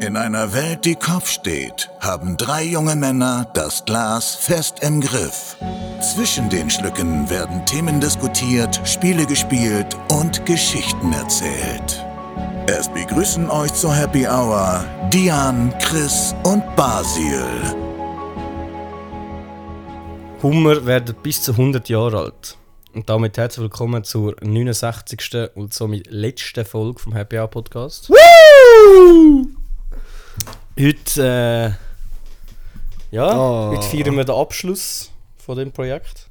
In einer Welt, die Kopf steht, haben drei junge Männer das Glas fest im Griff. Zwischen den Schlücken werden Themen diskutiert, Spiele gespielt und Geschichten erzählt. Es begrüßen euch zur Happy Hour Dian, Chris und Basil. Hummer werden bis zu 100 Jahre alt. Und damit herzlich willkommen zur 69. und somit letzten Folge vom Happy Hour Podcast. Heute, äh, ja, Oh. heute feiern wir den Abschluss von dem Projekt.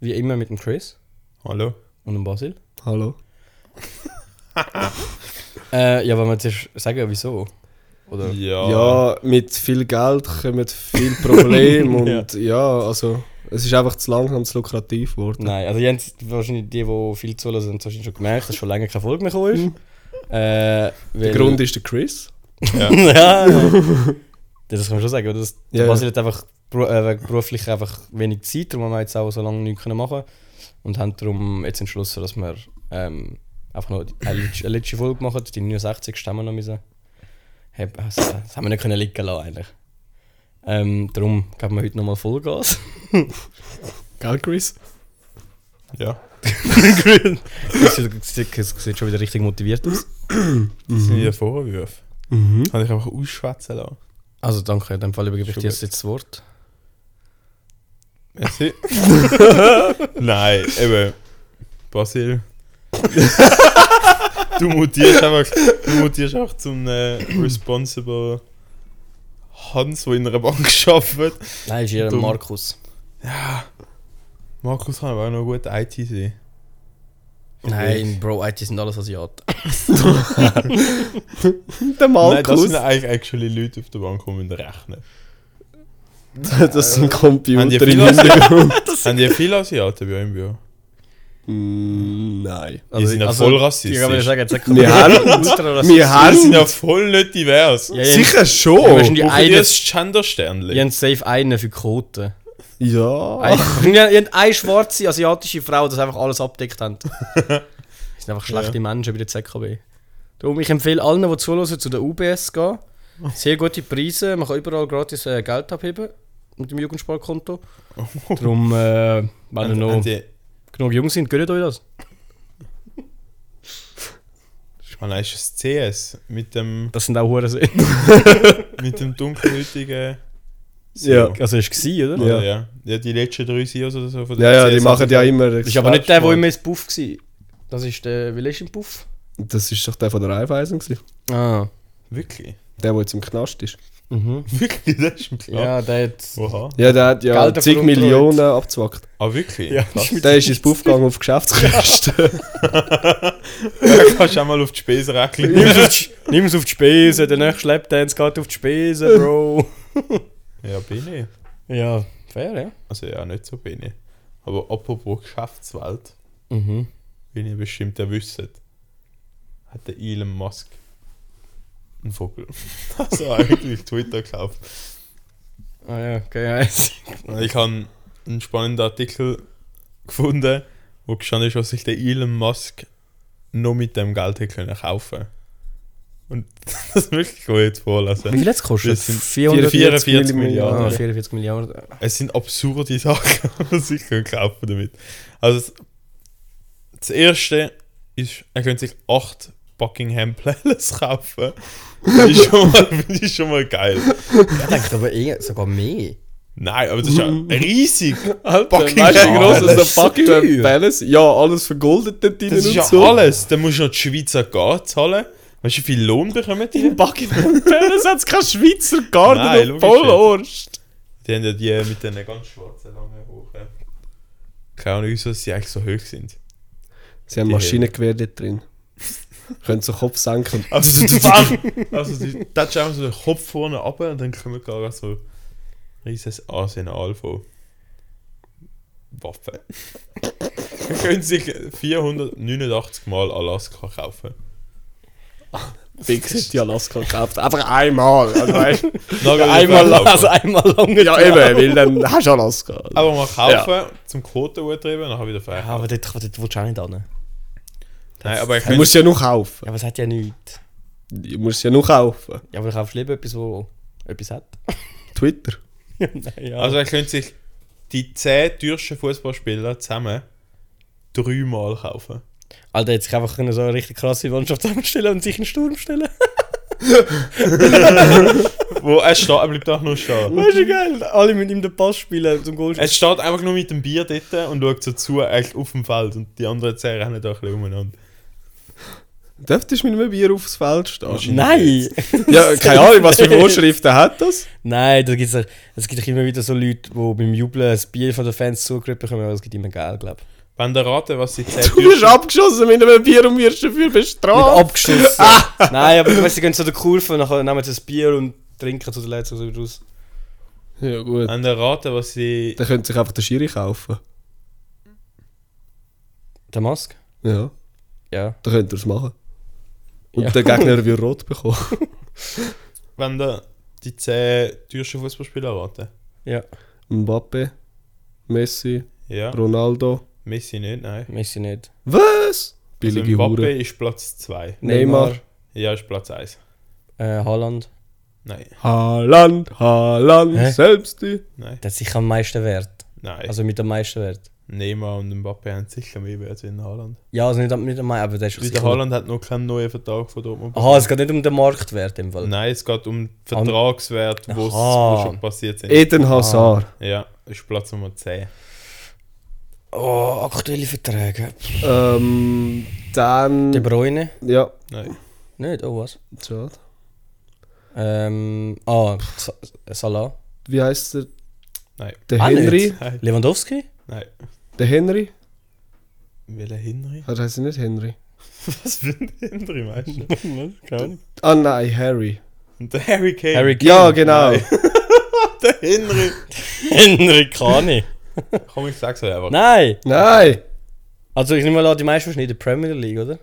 Wie immer mit dem Chris Hallo? und dem Basil. Hallo. Äh, ja, wenn wir zuerst sagen, wieso? Oder? Ja. Ja, mit viel Geld kommen viel Probleme und ja. also es ist einfach zu langsam zu lukrativ geworden. Nein, also Jens, wahrscheinlich die, die viel zulassen, haben es wahrscheinlich schon gemerkt, dass schon länger keine Folge mehr gekommen ist. äh, Der Grund ist der Chris. ja, ja. das kann man schon sagen. oder? Das, Ja, ja. Basil hat einfach beru- äh, wegen beruflich einfach wenig Zeit, darum haben wir jetzt auch so lange nichts können machen und haben darum jetzt entschlossen, dass wir ähm, einfach noch die- eine, letzte- eine letzte Folge machen, die 69 Stimmen noch müssen. Hab- also, Das haben wir nicht können liegen lassen eigentlich. Ähm, darum geben wir heute nochmal Vollgas. Gell, Chris? Ja. das sieht, sieht, sieht schon wieder richtig motiviert aus. Mhm. Das sind ja Vorwürfe. Kann ich einfach ausschwätzen lassen. Also danke, in dem Fall übergebe ich Schon dir gut. jetzt das Wort. Merci. Nein, eben. Basil. du mutierst einfach, du mutierst einfach zum äh, responsible Hans, der in einer Bank arbeitet. Nein, ist ihr Dumm. Markus. Markus kann aber auch noch gut IT sein. Nein, Bro, IT sind alles Asiaten. Der Nein, das Markus. sind eigentlich actually Leute auf der Bank, die müssen rechnen. das, sind Haben die Computer im viele Hintergrund. Haben die viele Asiaten bei euch im Büro? Mm, Nein. Die sind ja voll rassistisch. Also, Ich kann mir sagen, jetzt sagt Wir haben, wir Die sind haben ja voll nicht divers. Ja, Jens, sicher Ja, schon. wahrscheinlich- Die Brauchen eine- die ein Gender-Sternchen? Jens safe einen für Quoten. Ja. Jens eine schwarze asiatische Frau, das einfach alles abdeckt haben. Das sind einfach schlechte Menschen bei der ZKB. Darum, ich empfehle allen, die zuhören, zu der UBS gehen. Sehr gute Preise, man kann überall gratis äh, Geld abheben mit dem Jugendsparkonto. Darum, äh, wenn ihr noch Und die- genug jung sind, gönnt euch das. Ich meine, ist das CS mit dem, Das sind auch Huren. mit dem dunkelhäutigen. Ja. Also, ist gewesen, oder? Ja. Ja. ja. Ja, die letzten drei Sios oder so von Ja, ja, die CS machen ja immer. Das Das ist aber nicht der, der immer ins Puff war. Das ist der, wie ist im Puff? Das ist doch der von der Raiffeisen. gewesen. Ah. Wirklich? Der, der jetzt im Knast ist. Mhm. Wirklich? Das ist ein Plan. Ja, der hat. Oha. Ja, der hat ja Gelder zig veruntreut. Millionen abgezwackt. Ah, wirklich? Ja, das Der ist ins Puff gegangen auf Geschäftskosten. kannst du auch mal auf die Spesen Nimm rechnen. es auf die, nimm's auf die Spesen, der nächste Lapdance geht auf die Spesen, Bro. ja, bin ich. ja, fair, ja. Also, ja, nicht so bin ich. Aber apropos Geschäftswelt, Mhm. bin ich bestimmt, der wüsstet, hat der Elon Musk einen Vogel. also, eigentlich Twitter gekauft. Ah ja, okay, nice. Ich habe einen spannenden Artikel gefunden, wo gestanden ist, was sich der Elon Musk nur mit dem Geld hätte können kaufen Und das möchte ich euch jetzt Wie vorlesen. viel jetzt kostet? Das sind 444 44 Milliarden. Ah, Milliarden. 44 Milliarden. Es sind absurde Sachen, die sich können kaufen damit. Also das- das erste ist, er könnte sich acht Buckingham Palace kaufen. Finde ich schon mal, finde ich schon mal geil. Ich denke aber eher, sogar mehr. Nein, aber das ist ja riesig. Alter, Buckingham weißt du, wie groß Palace. ist der Buckingham Palace? Ja, alles vergoldet dort drin Das ist ja und so. alles. Dann musst du noch die Schweizer Garten zahlen. Weißt du, wie viel Lohn bekommen die? Buckingham Palace hat keinen Schweizer Garten Nein, und logisch nicht. Vollhorst. Die haben ja die mit den ganz schwarzen langen Haaren. Keine Ahnung, wieso sie eigentlich so hoch sind. Sie haben Die Maschinengewehr dort drin. Können so Kopf senken. Also, du tatsch also, du tatsch einfach so den Kopf vorne ab und dann kommen gar so ein riesiges Arsenal von Waffen. Dann können sich 489 Mal Alaska kaufen. Fix hat die Alaska gekauft. Einfach einmal. Also, weißt, du. Nagel- einmal Kaufen. Also einmal lange. ja, eben, weil dann hast du Alaska. Aber mal kaufen, zum Quote treiben und nachher wieder frei. aber dort, dort willst du auch nicht hin. Nein, aber ich Du musst ja noch kaufen. Ja, aber es hat ja nichts. Du musst es ja noch kaufen. Ja, aber du kaufst lieber etwas, wo etwas hat. Twitter. ja. Also er könnte sich die 10 teuersten Fußballspieler zusammen dreimal kaufen. Alter, jetzt kann ich einfach so eine richtig krasse Mannschaft zusammenstellen und sich einen Sturm stellen. Wo er steht, er bleibt auch nur stehen. Weißt du, geil? Alle mit ihm den Pass spielen zum Goal. Er steht einfach nur mit dem Bier dort und schaut so zu, echt auf dem Feld. Und die anderen 10 rennen da ein bisschen umeinander. Dürftest du mit einem Bier aufs Feld stehen? Nein! Ja, keine Ahnung, was für Vorschriften hat das? Nein, da gibt's, es gibt doch immer wieder so Leute, die beim Jubeln das Bier von den Fans zugerührt bekommen, aber es gibt immer Geld, glaube ich. Wenn der raten, was die 10 Du wirst teuersten... abgeschossen mit einem Bier und wirst dafür bestraft. abgeschossen. Ah! Nein, aber weißt, sie gehen zu der Kurve und nachher nehmen sie das Bier und trinken zu den Leuten so raus. Ja, gut. Wenn der raten, was die... Dann könnte sich einfach der Schiri kaufen. Der Mask? Ja, Ja. dann könnt ihr es machen. Und Ja. der Gegner wird rot bekommen. Wenn der die 10 teuersten Fußballspieler raten. Ja. Mbappe, Messi, Ja, Ronaldo. Messi nicht, nein. Messi nicht. Was? Also Billige Mbappe Hure. ist Platz 2. Neymar. Ja, ist Platz 1. Äh, Haaland. Nein, Haaland, Haaland, Hä? selbst die. nein, Der hat sicher am meisten Wert. nein. Also mit am meisten Wert. Neymar und Mbappe haben sicher mehr Wert als in Haaland. Ja, also nicht, am- nicht am meisten, aber der ist Weil der Haaland hat noch keinen neuen Vertrag von Dortmund Aha, es geht nicht um den Marktwert im Fall. Nein, es geht um Vertragswert, wo Ah. Aha. E- es schon passiert sind. Ah. Eden Hazard. Ja, ist Platz Nummer 10. Oh, aktuelle Verträge. Ähm, De dann. Bruyne? Ja, Nein. Nicht, oh was? schade. Ähm, ah, Sa Salah. Wie heißt der? Nein. Der Ah, Henry. nicht. Nein. Lewandowski? Nein. Der Henry? Welcher Henry? Das heißt nicht Henry. Was für ein Henry, meinst du? Ah nein, Harry. Und der Harry Kane. Harry Kane. Ja, genau. Der Henry. Henry Kane. Komm, ich sag's euch einfach. Nein! Nein! Also ich nehme mal an, die meisten wahrscheinlich in der Premier League, oder?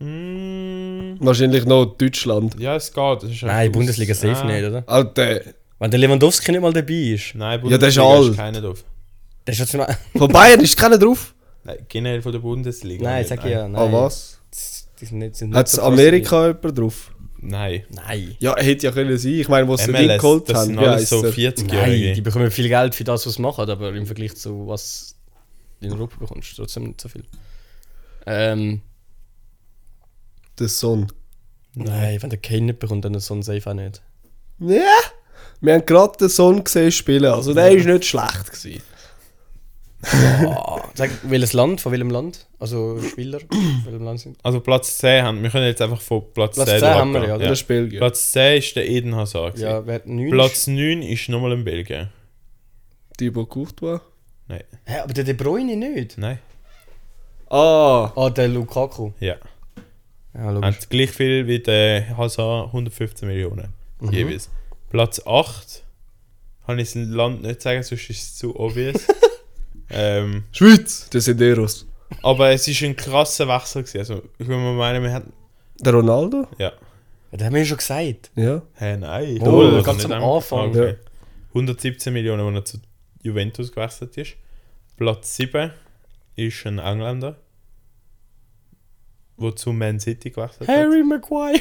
Mm, Wahrscheinlich noch Deutschland. ja, es geht. Es ist Nein, aus- Bundesliga safe Ah. nicht, oder? Alter, Wenn der Lewandowski nicht mal dabei ist, Nein, Ja, der ist Bundesliga alt. keiner drauf. der ist jetzt noch... von Bayern ist keiner drauf. Nein, generell von der Bundesliga. Nein, nicht, sag ich ja, nein. Ah was? Die sind nicht, sind nicht Hat so krass Amerika jemand drauf? Nein. dabei. Nein. Ja, hätte ja können sein. Ich meine, was sie den MLS, geholt das haben. sind Wie alles so heisst er? 40-Jährige. Nein, die bekommen viel Geld für das, was sie machen, aber im Vergleich zu was du in Europa bekommst, trotzdem nicht so viel. Ähm, Der Son. nein, wenn der Kane nicht bekommt, dann ist so ein Safe auch nicht. Ja! Wir haben gerade den Son gesehen spielen, also der ist nicht schlecht gewesen. Oh, sag, welches Land, von welchem Land? Also Spieler, von welchem Land sind Also Platz 10 haben wir. können jetzt einfach von Platz, Platz 10, 10 haben durchgehen. wir, ja, oder? Das Also, Spiel geht. Platz 10 ist der Eden Hazard. gewesen. Ja, wer hat 9? Platz 9 ist nochmal in Belgien. Thibaut Courtois. Nein. Hä, aber der De Bruyne nicht? Nein. Ah! Ah, der Lukaku. Ja. Ja, Haben logisch. gleich viel wie der Hazard, 115 Millionen jeweils. Platz 8 kann ich das Land nicht sagen, sonst ist es zu obvious. ähm, Schweiz! Das sind Eros. aber es ist ein krasser Wechsel. Gewesen. Also, ich würde mal meinen, wir hätten. Der Ronaldo? Ja. Ja, das haben wir ja schon gesagt. Ja. Hä, nein. Oh, Null, also ganz nicht am einmal- Anfang. Okay. 117 Millionen, als er zu Juventus gewechselt ist. Platz 7 ist ein Engländer, der zu Man City gewechselt hat. Harry Maguire.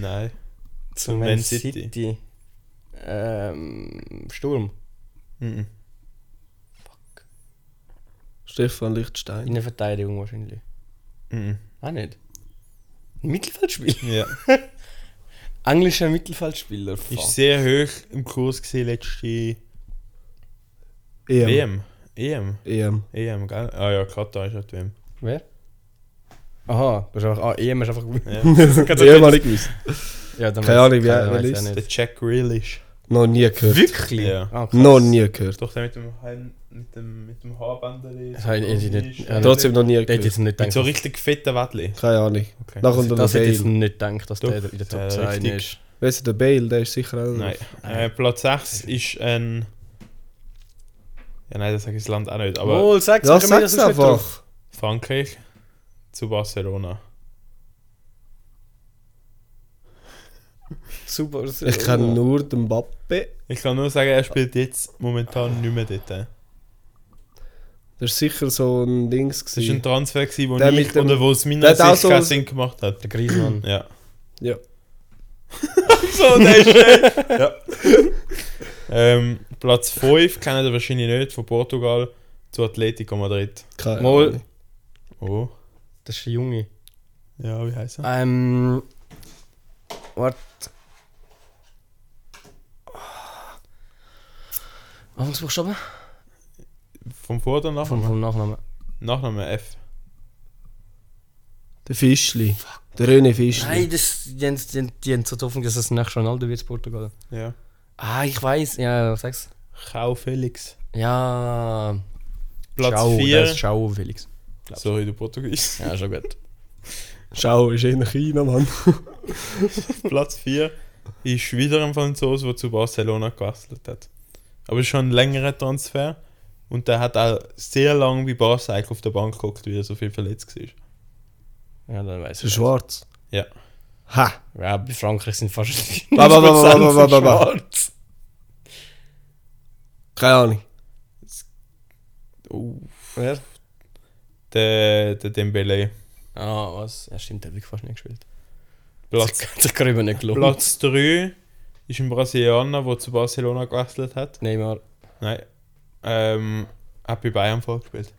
Nein. Zu Man City. Ähm, Sturm. Mhm. Stefan Lichtstein. In der Verteidigung wahrscheinlich. Mhm. Auch nicht. Mittelfeldspieler. Ja. Englischer Mittelfeldspieler. Fuck. Ist sehr hoch im Kurs gesehen letzte EM. WM. EM. EM. EM, gell? Ah ja, Katar ist ja die WM. Wer? Aha, das ist einfach. Ah, EM ist einfach. EM E habe ich gewusst. Ja, dann Keine weiss- Ahnung, wer- weiss wer ich auch ist. nicht. Der Jack Grealish. Noch nie gehört. Wirklich? Ja. Ah, krass. Noch nie gehört. Doch der mit dem Haaren- mit dem, mit dem Haarbändeli. Das habe ich irgendwie nicht- Ist- Ja, Trotzdem noch nie Der hätte gehört. jetzt nicht Mit gedacht. so richtig fetten Wädli. Keine Ahnung. Okay. Nachher kommt das der hätte ich jetzt Bale. nicht gedacht, dass Doch, der in der der Top 10 richtig- ist. Weißt du, der Bale, der ist sicher auch noch Nein. drauf. Äh, Platz 6 ist ein. Ja, nein, das sage ich das Land auch nicht, aber Wohl, sag's Ja, mir, mir, sag's das ist nicht drauf. einfach. Frankreich zu Barcelona. Super. das- Ich kenne nur den Mbappe. Ich kann nur sagen, er spielt jetzt momentan nicht mehr dort. Das war sicher so ein Dings. Das war ein Gewesen. Transfer, gewesen, wo Der ich, mit dem- oder wo es der meiner hat auch Sicht keinen so- Sinn gemacht hat. Der Griezmann. Ja. Ja. so, der ist schnell. ja. ähm, Platz 5 kennt ihr wahrscheinlich nicht, von Portugal zu Atletico Madrid. Keine Mal, Ahnung. Oh. das ist der Junge. Ja, wie heißt er? Ähm. Warte. Ah. Anfangsbuchstaben? Vom Vor- oder Vom, Nachnamen? vom Nachnamen. Nachnamen F. Der Fischli. Der René Fischli. Nein, das, die, haben- die, haben- die haben so die Hoffnung, dass es das nächste Ronaldo wird in Portugal. Ja. Ah, ich weiß. Ja, sag's. Chao Felix. Ja. Platz Ciao, der ist 4. Ciao, Felix. Sorry, du Portugies. Ja, schon gut. Schau, ist eh nach China, Mann. Platz 4 ist wieder ein Franzose, der zu Barcelona gewechselt hat. Aber schon ein längerer Transfer. Und der hat auch sehr lange bei Barca eigentlich auf der Bank geguckt, weil er so viel verletzt war. Ja, dann weiß Ist er ich. schwarz? Ja. Ha! Ja, bei Frankreich sind fast. Ba, ba, ba, ba, ba, ba, ba, ba. schwarz. Keine Ahnung. Oh. Wer? Der, der Dembele. Ah, was? Ja, stimmt, der hat wirklich fast nicht gespielt. Platz, Das kann ich mir nicht glauben. Platz 3 ist ein Brasilianer, der zu Barcelona gewechselt hat. Neymar. Nein. Ähm, hat bei Bayern vorgespielt.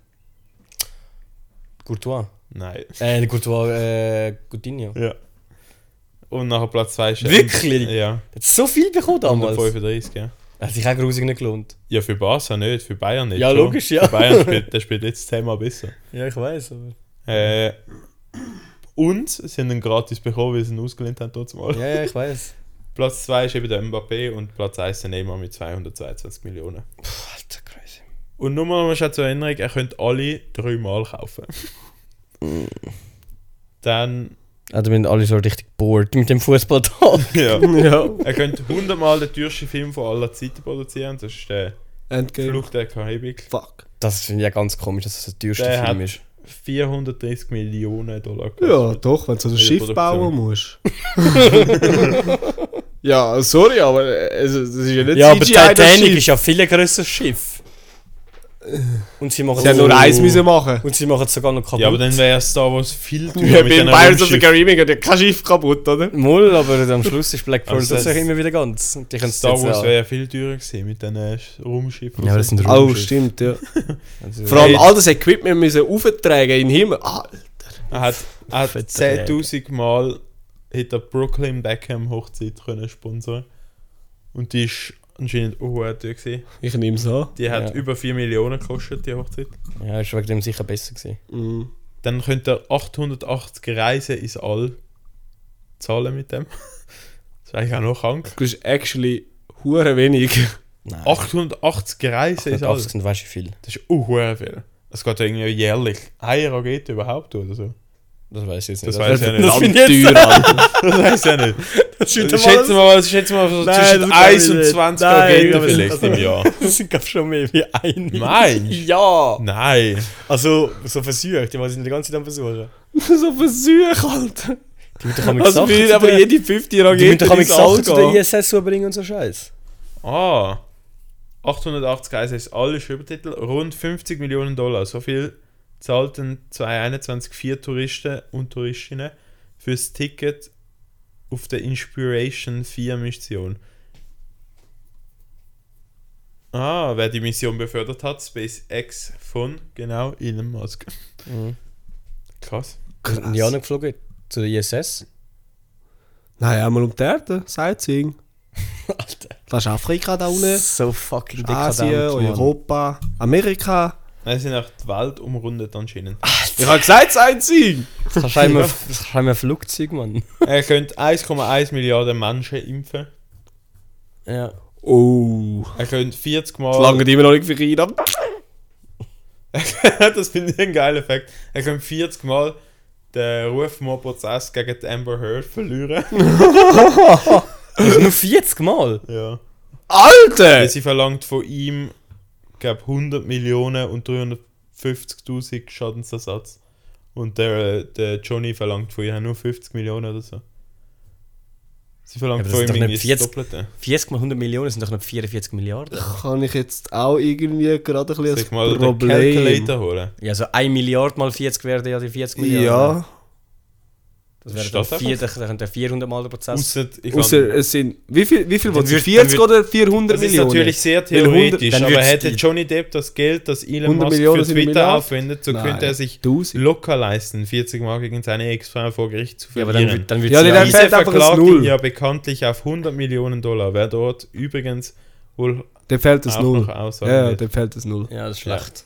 Courtois. Nein. Äh, Courtois, äh, Coutinho. Ja. Und nachher Platz 2 ist Wirklich? Ja. Hat so viel bekommen damals. 135, ja. Hat sich auch grusig nicht gelohnt. Ja, für Barca nicht, für Bayern nicht. Ja, schon. logisch, ja. Für Bayern spielt, der spielt jetzt zehnmal besser. Ja, ich weiß, aber. Äh, und sie haben ihn gratis bekommen, weil sie ihn ausgelehnt haben trotzdem mal. Ja, ja, ich weiß. Platz 2 ist eben der Mbappé und Platz 1 der Neymar mit 222 Millionen. Alter, crazy. Und nur mal schon zur Erinnerung, er könnte alle dreimal kaufen. Dann, Also, wir sind alle so richtig bored mit dem Fußball da. ja. Ja. Er könnte hundertmal den teuersten Film von aller Zeiten produzieren, das ist der Endgame. Flucht der Karibik. Fuck. Das finde ich ja ganz komisch, dass das der teuerste Der Film hat- ist. 430 Millionen Dollar Ja, doch, wenn du so ein In der Schiff Produktion. bauen musst. ja, sorry, aber äh, es, es ist ja nicht Ja, aber CGI, das Titanic Schiff. ist ja ein viel grösseres Schiff. Und sie machen Oh. Sie haben nur eins müssen machen. Und sie machen es sogar noch kaputt. Ja, aber dann wäre Star Wars viel teurer Ja, bei diesen Pirates of the Raumschiffen. Caribbean geht ja kein Schiff kaputt, oder? Mull, aber am Schluss ist Black Pearl Also das- tatsächlich immer wieder ganz. Und die können es Star jetzt Wars auch. wäre ja viel teurer gewesen mit diesen äh, Raumschiffen. Ja, aber das sind Oh, Raumschiffe. stimmt, ja. Also- Vor allem all das Equipment müssen auftragen in den Himmel. Ah, er hat, er hat Verträge. 10.000 Mal hätte er Brooklyn Beckham Hochzeit können sponsern Und die ist anscheinend auch gut gewesen. ich nehme es an. Die hat Ja. über 4 Millionen gekostet, die Hochzeit. Ja, ist wegen dem sicher besser gewesen. Mhm. Dann könnte er 880 Reisen ins All zahlen mit dem. Das wäre eigentlich auch noch krank. Du bist actually hure wenig. Nein. 880 Reisen ins All. 80 sind weißt du wie viel. Das ist auch verdammt viel. Es geht ja irgendwie jährlich. Eine Rakete überhaupt oder so. Das weiß ich jetzt Das nicht. weiß ich ja nicht. Das Verdammt finde ich jetzt- teuer, Alter. Das weiß ich ja nicht. Schütte Ich schätze mal, ich schätze mal Also so Nein, das zwischen glaub ich 1 und nicht. 20 Nein, aber Raketen das- also vielleicht im Jahr. Das sind glaub schon mehr wie ein. Meinst Ja! Nein. Also, so versucht, die was ich die ganze Zeit am Versuchen. so versucht, Alter. Die müssen doch am Also Sachen wir aber tun. jede fünfte Die müssen Rakete doch am ins All Sachen zu der gehen. ISS überbringen und so Scheiß. Ah. 880 Reisen ist alles Übertitel. Rund 50 Millionen Dollar. So viel zahlten 2021 vier Touristen und Touristinnen fürs Ticket auf der Inspiration 4 Mission. Ah, wer die Mission befördert hat, SpaceX von genau Elon Musk. Krass. Sind die ne. anderen geflogen? Zu der ISS? Nein, einmal um die Erde. Sightseeing. Alter. Das ist Afrika da unten. So fucking Asien, Mann. Europa, Amerika. Nein, sie sind auch die Welt umrundet anscheinend. Ich habe gesagt, Sightseeing. Das ist einmal- das ist einmal ein Flugzeug, Mann. er könnte 1,1 Milliarden Menschen impfen. Ja. Oh. Er könnte 40 Das Mal. langt immer noch nicht für China. das finde ich ein geiler Effekt. Er könnte 40 Mal den Rufmordprozess gegen die Amber Heard verlieren. Also nur 40 Mal? ja. Alter! Weil sie verlangt von ihm, glaube 100 Millionen und 350.000 Schadensersatz. Und der, der Johnny verlangt von ihr nur 50 Millionen oder so. Sie verlangt Aber das von sind doch ihm nicht irgendwie das 40. Doppelte. 40 mal 100 Millionen sind doch nicht 44 Milliarden. Kann ich jetzt auch irgendwie gerade ein Soll bisschen ich mal ein den Problem. Calculator holen? Ja, also 1 Milliarde mal 40 wäre ja die 40 Milliarden. Ja, Das wäre Steht dann vier, dann könnte 400 mal der Prozess. Ausser, ich kann, außer es sind. Wie viel, wie viel Dann wollt ihr? würd- 40 dann oder 400 das ist Millionen? natürlich sehr Weil 100 theoretisch, dann aber wird's hätte die- Johnny Depp das Geld, das Elon 100 Musk Millionen für sind Twitter Milliarden? aufwendet, so Nein, könnte er sich 1000. locker leisten, 40 Mal gegen seine Ex-Frau vor Gericht zu Ja, aber dann, verlieren. wird- dann wird Ja, sie die ja dann Diese easy- fällt einfach das verklagt ihn Null. ja bekanntlich auf 100 Millionen Dollar, wer dort übrigens wohl Dem fällt das auch Null. noch aussagen Ja, wird. dem fällt das Null. Ja, das ist schlecht.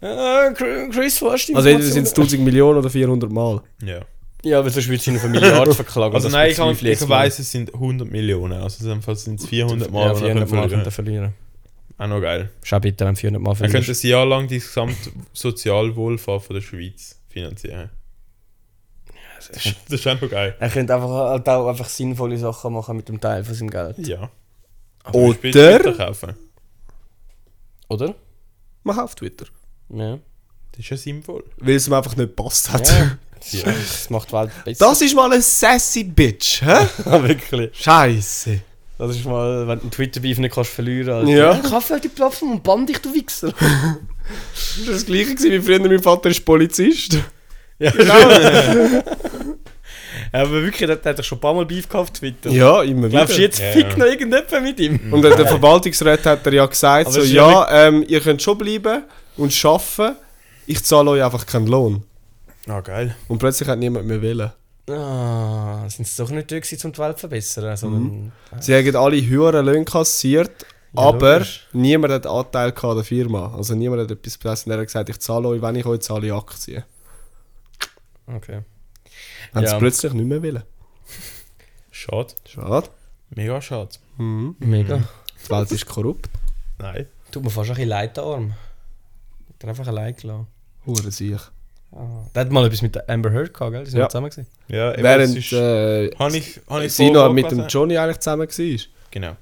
Äh, Ja. Chris, wo hast du die Also entweder Information? sind es 1000 Millionen oder 400 Mal. Ja. Ja, weil sonst würde sie noch eine Milliarde verklagen. Also Das nein, ich, bezweifle kann, ich jetzt weiß, es sind 100 Millionen, also in dem Fall sind es mal. 400 Mal. Ja, die er 400 Mal verlieren könnte er verlieren. kann. Auch Ah, noch geil. Schau bitte, wenn 400 Mal Er könnte verlierst. das Jahr lang die gesamte Sozialwohlfahrt von der Schweiz finanzieren. Das ist- das ist einfach geil. Er könnte einfach, halt auch einfach sinnvolle Sachen machen mit dem Teil von seinem Geld. Ja. Oder- Zum Beispiel Twitter kaufen. Oder? Mach auf Twitter. Ja. Das ist ja sinnvoll. Weil es ihm einfach nicht passt hat. ja. Das macht die Welt besser. Das ist mal eine sassy Bitch, hä? wirklich. Scheiße. Das ist mal, wenn du einen Twitter-Beef nicht kannst verlieren also. kannst. Ja. Kaffee auf die Plattform und bann dich, du Wichser. Das war das gleiche gewesen wie früher, mein Vater ist Polizist. Ja, genau. Aber wirklich, der, der hat doch schon ein paar Mal Beef gehabt auf Twitter. Ja, immer wieder. Glaubst du, jetzt Ja, fickt ja. noch irgendjemand mit ihm? Und der Verwaltungsrat hat er ja gesagt, Aber so, es ist ja, ähm, ihr könnt schon bleiben und arbeiten, ich zahle euch einfach keinen Lohn. Ah, geil. Und plötzlich hat niemand mehr wollen. Ah, sind sie doch nicht da gewesen, um die Welt zu verbessern, sondern... Mhm. Sie haben alle höhere Löhne kassiert, Ja, aber logisch. niemand hat Anteil gehabt an der Firma. Also niemand hat etwas besessen. Er hat gesagt, ich zahle euch, wenn ich euch zahle, Aktien. ah, Okay. Haben Ja. sie plötzlich nicht mehr wollen. Schade. Schade. Mhm. Mega schade. Mega. Mhm. Die Welt ist korrupt. Nein. Tut mir fast ein bisschen leid, der Arm. Hat er einfach allein gelassen. Hure sich. Ah. Der hat mal etwas mit der Amber Heard gehabt, gell? Die sind Ja. mal zusammen gewesen. Ja, eben, es Während ist- äh, Habe ich, habe ich sie voll noch mit dem vorgelesen. Johnny eigentlich zusammen war. Genau.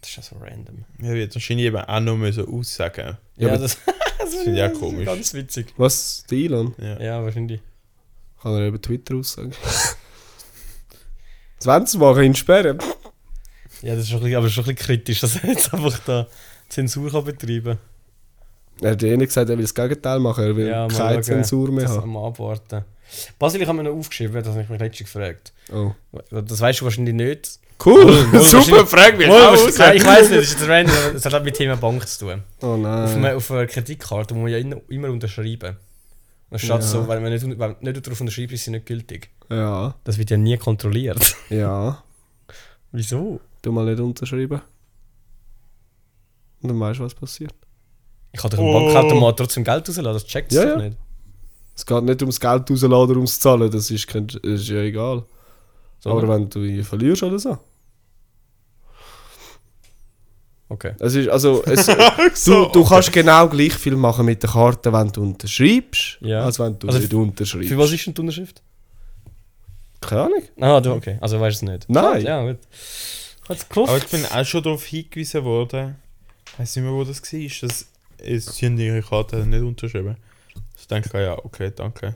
Das ist ja so random. Ja, wird wahrscheinlich eben auch noch müssen aussagen. Ja, aber- das, das finde ich auch komisch. Ganz witzig. Was? Der Elon? Ja. Ja, wahrscheinlich. Kann er über Twitter aussagen. 20 Wochen ihn sperren. Ja, das ist schon ein bisschen, aber schon ein bisschen kritisch, dass er jetzt einfach da Zensur kann betreiben Er hat ja eh nicht gesagt, er will das Gegenteil machen. Er will Ja, mal keine schauen. Zensur mehr Das haben. mal abwarten. Basil, ich habe mir noch aufgeschrieben, das habe ich mich letztens gefragt. Oh. Das weißt du wahrscheinlich nicht. Cool, wohl super, wahrscheinlich- frag mich. Mal, auch was- aus. Nein, ich weiß nicht, das ist jetzt random, aber es hat auch mit dem Thema Bank zu tun. Oh Auf, nein. einer, auf einer Kreditkarte muss man ja in- immer unterschreiben. Und steht Ja. so, wenn man nicht, un- wenn man nicht darauf unterschreibt, ist sie nicht gültig. Ja, Das wird ja nie kontrolliert. ja. Wieso? Du mal nicht unterschreiben. Und dann weißt du, was passiert. Ich kann doch im Oh. Bankautomat trotzdem Geld rauslassen, das checkt Ja, doch ja. nicht. Es geht nicht ums Geld rausladen oder ums Zahlen, das ist, kein, das ist ja egal. So, Aber wenn du ihn verlierst oder so. Okay. Es ist, also, es, du, du kannst genau gleich viel machen mit der Karte, wenn du unterschreibst, Ja. als wenn du Also nicht für- unterschreibst. Für was ist denn die Unterschrift? Keine Ahnung. Ah, du, okay. Also weißt du es nicht. Nein. Ja, gut. Hat's Aber gehofft. ich bin auch schon darauf hingewiesen worden. Ich weiß nicht mehr, wo das war. Das, es sind ihre Karte nicht unterschrieben. Ich denke, ah ja, okay, danke.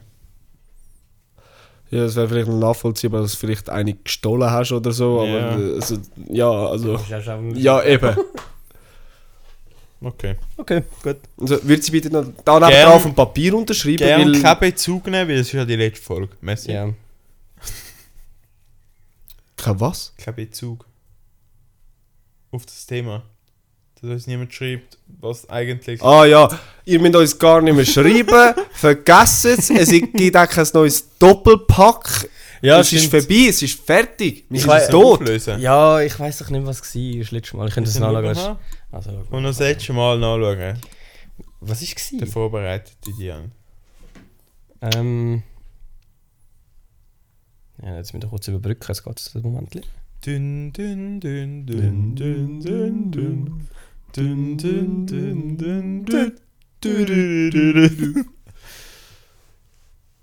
Ja, es wäre vielleicht noch nachvollziehbar, dass du vielleicht eine gestohlen hast oder so, aber Ja. äh, also, ja, also. Das ist ja schon- Ja, eben. Okay. Okay, gut. Also, würde sie bitte noch da neben Gern- auf dem Papier unterschreiben? Gerne Weil, keinen Bezug nehmen, weil es ist ja die letzte Folge. Messi. Ja. Kein was? Kein Bezug eh auf das Thema. Dass uns niemand schreibt, was eigentlich. Ah ja, ihr müsst uns gar nicht mehr schreiben, vergesst es, es gibt auch kein neues Doppelpack. Ja, es ist stimmt. vorbei, es ist fertig, wir Ich sind weiß- tot. Auflösen. Ja, ich weiß doch nicht, was es war das letzte Mal. Ich könnte es nachschauen. Also, schau Und mal. das letzte Mal nachschauen. was ist es? Der vorbereitete Dian. Ähm. Ja, jetzt müssen wir kurz überbrücken, es geht jetzt einen Moment. Dün, dün, dün, dün, dün, dün, dün. Dün, dün, dün, dün, dün. Du, du, du, du, du. Ah,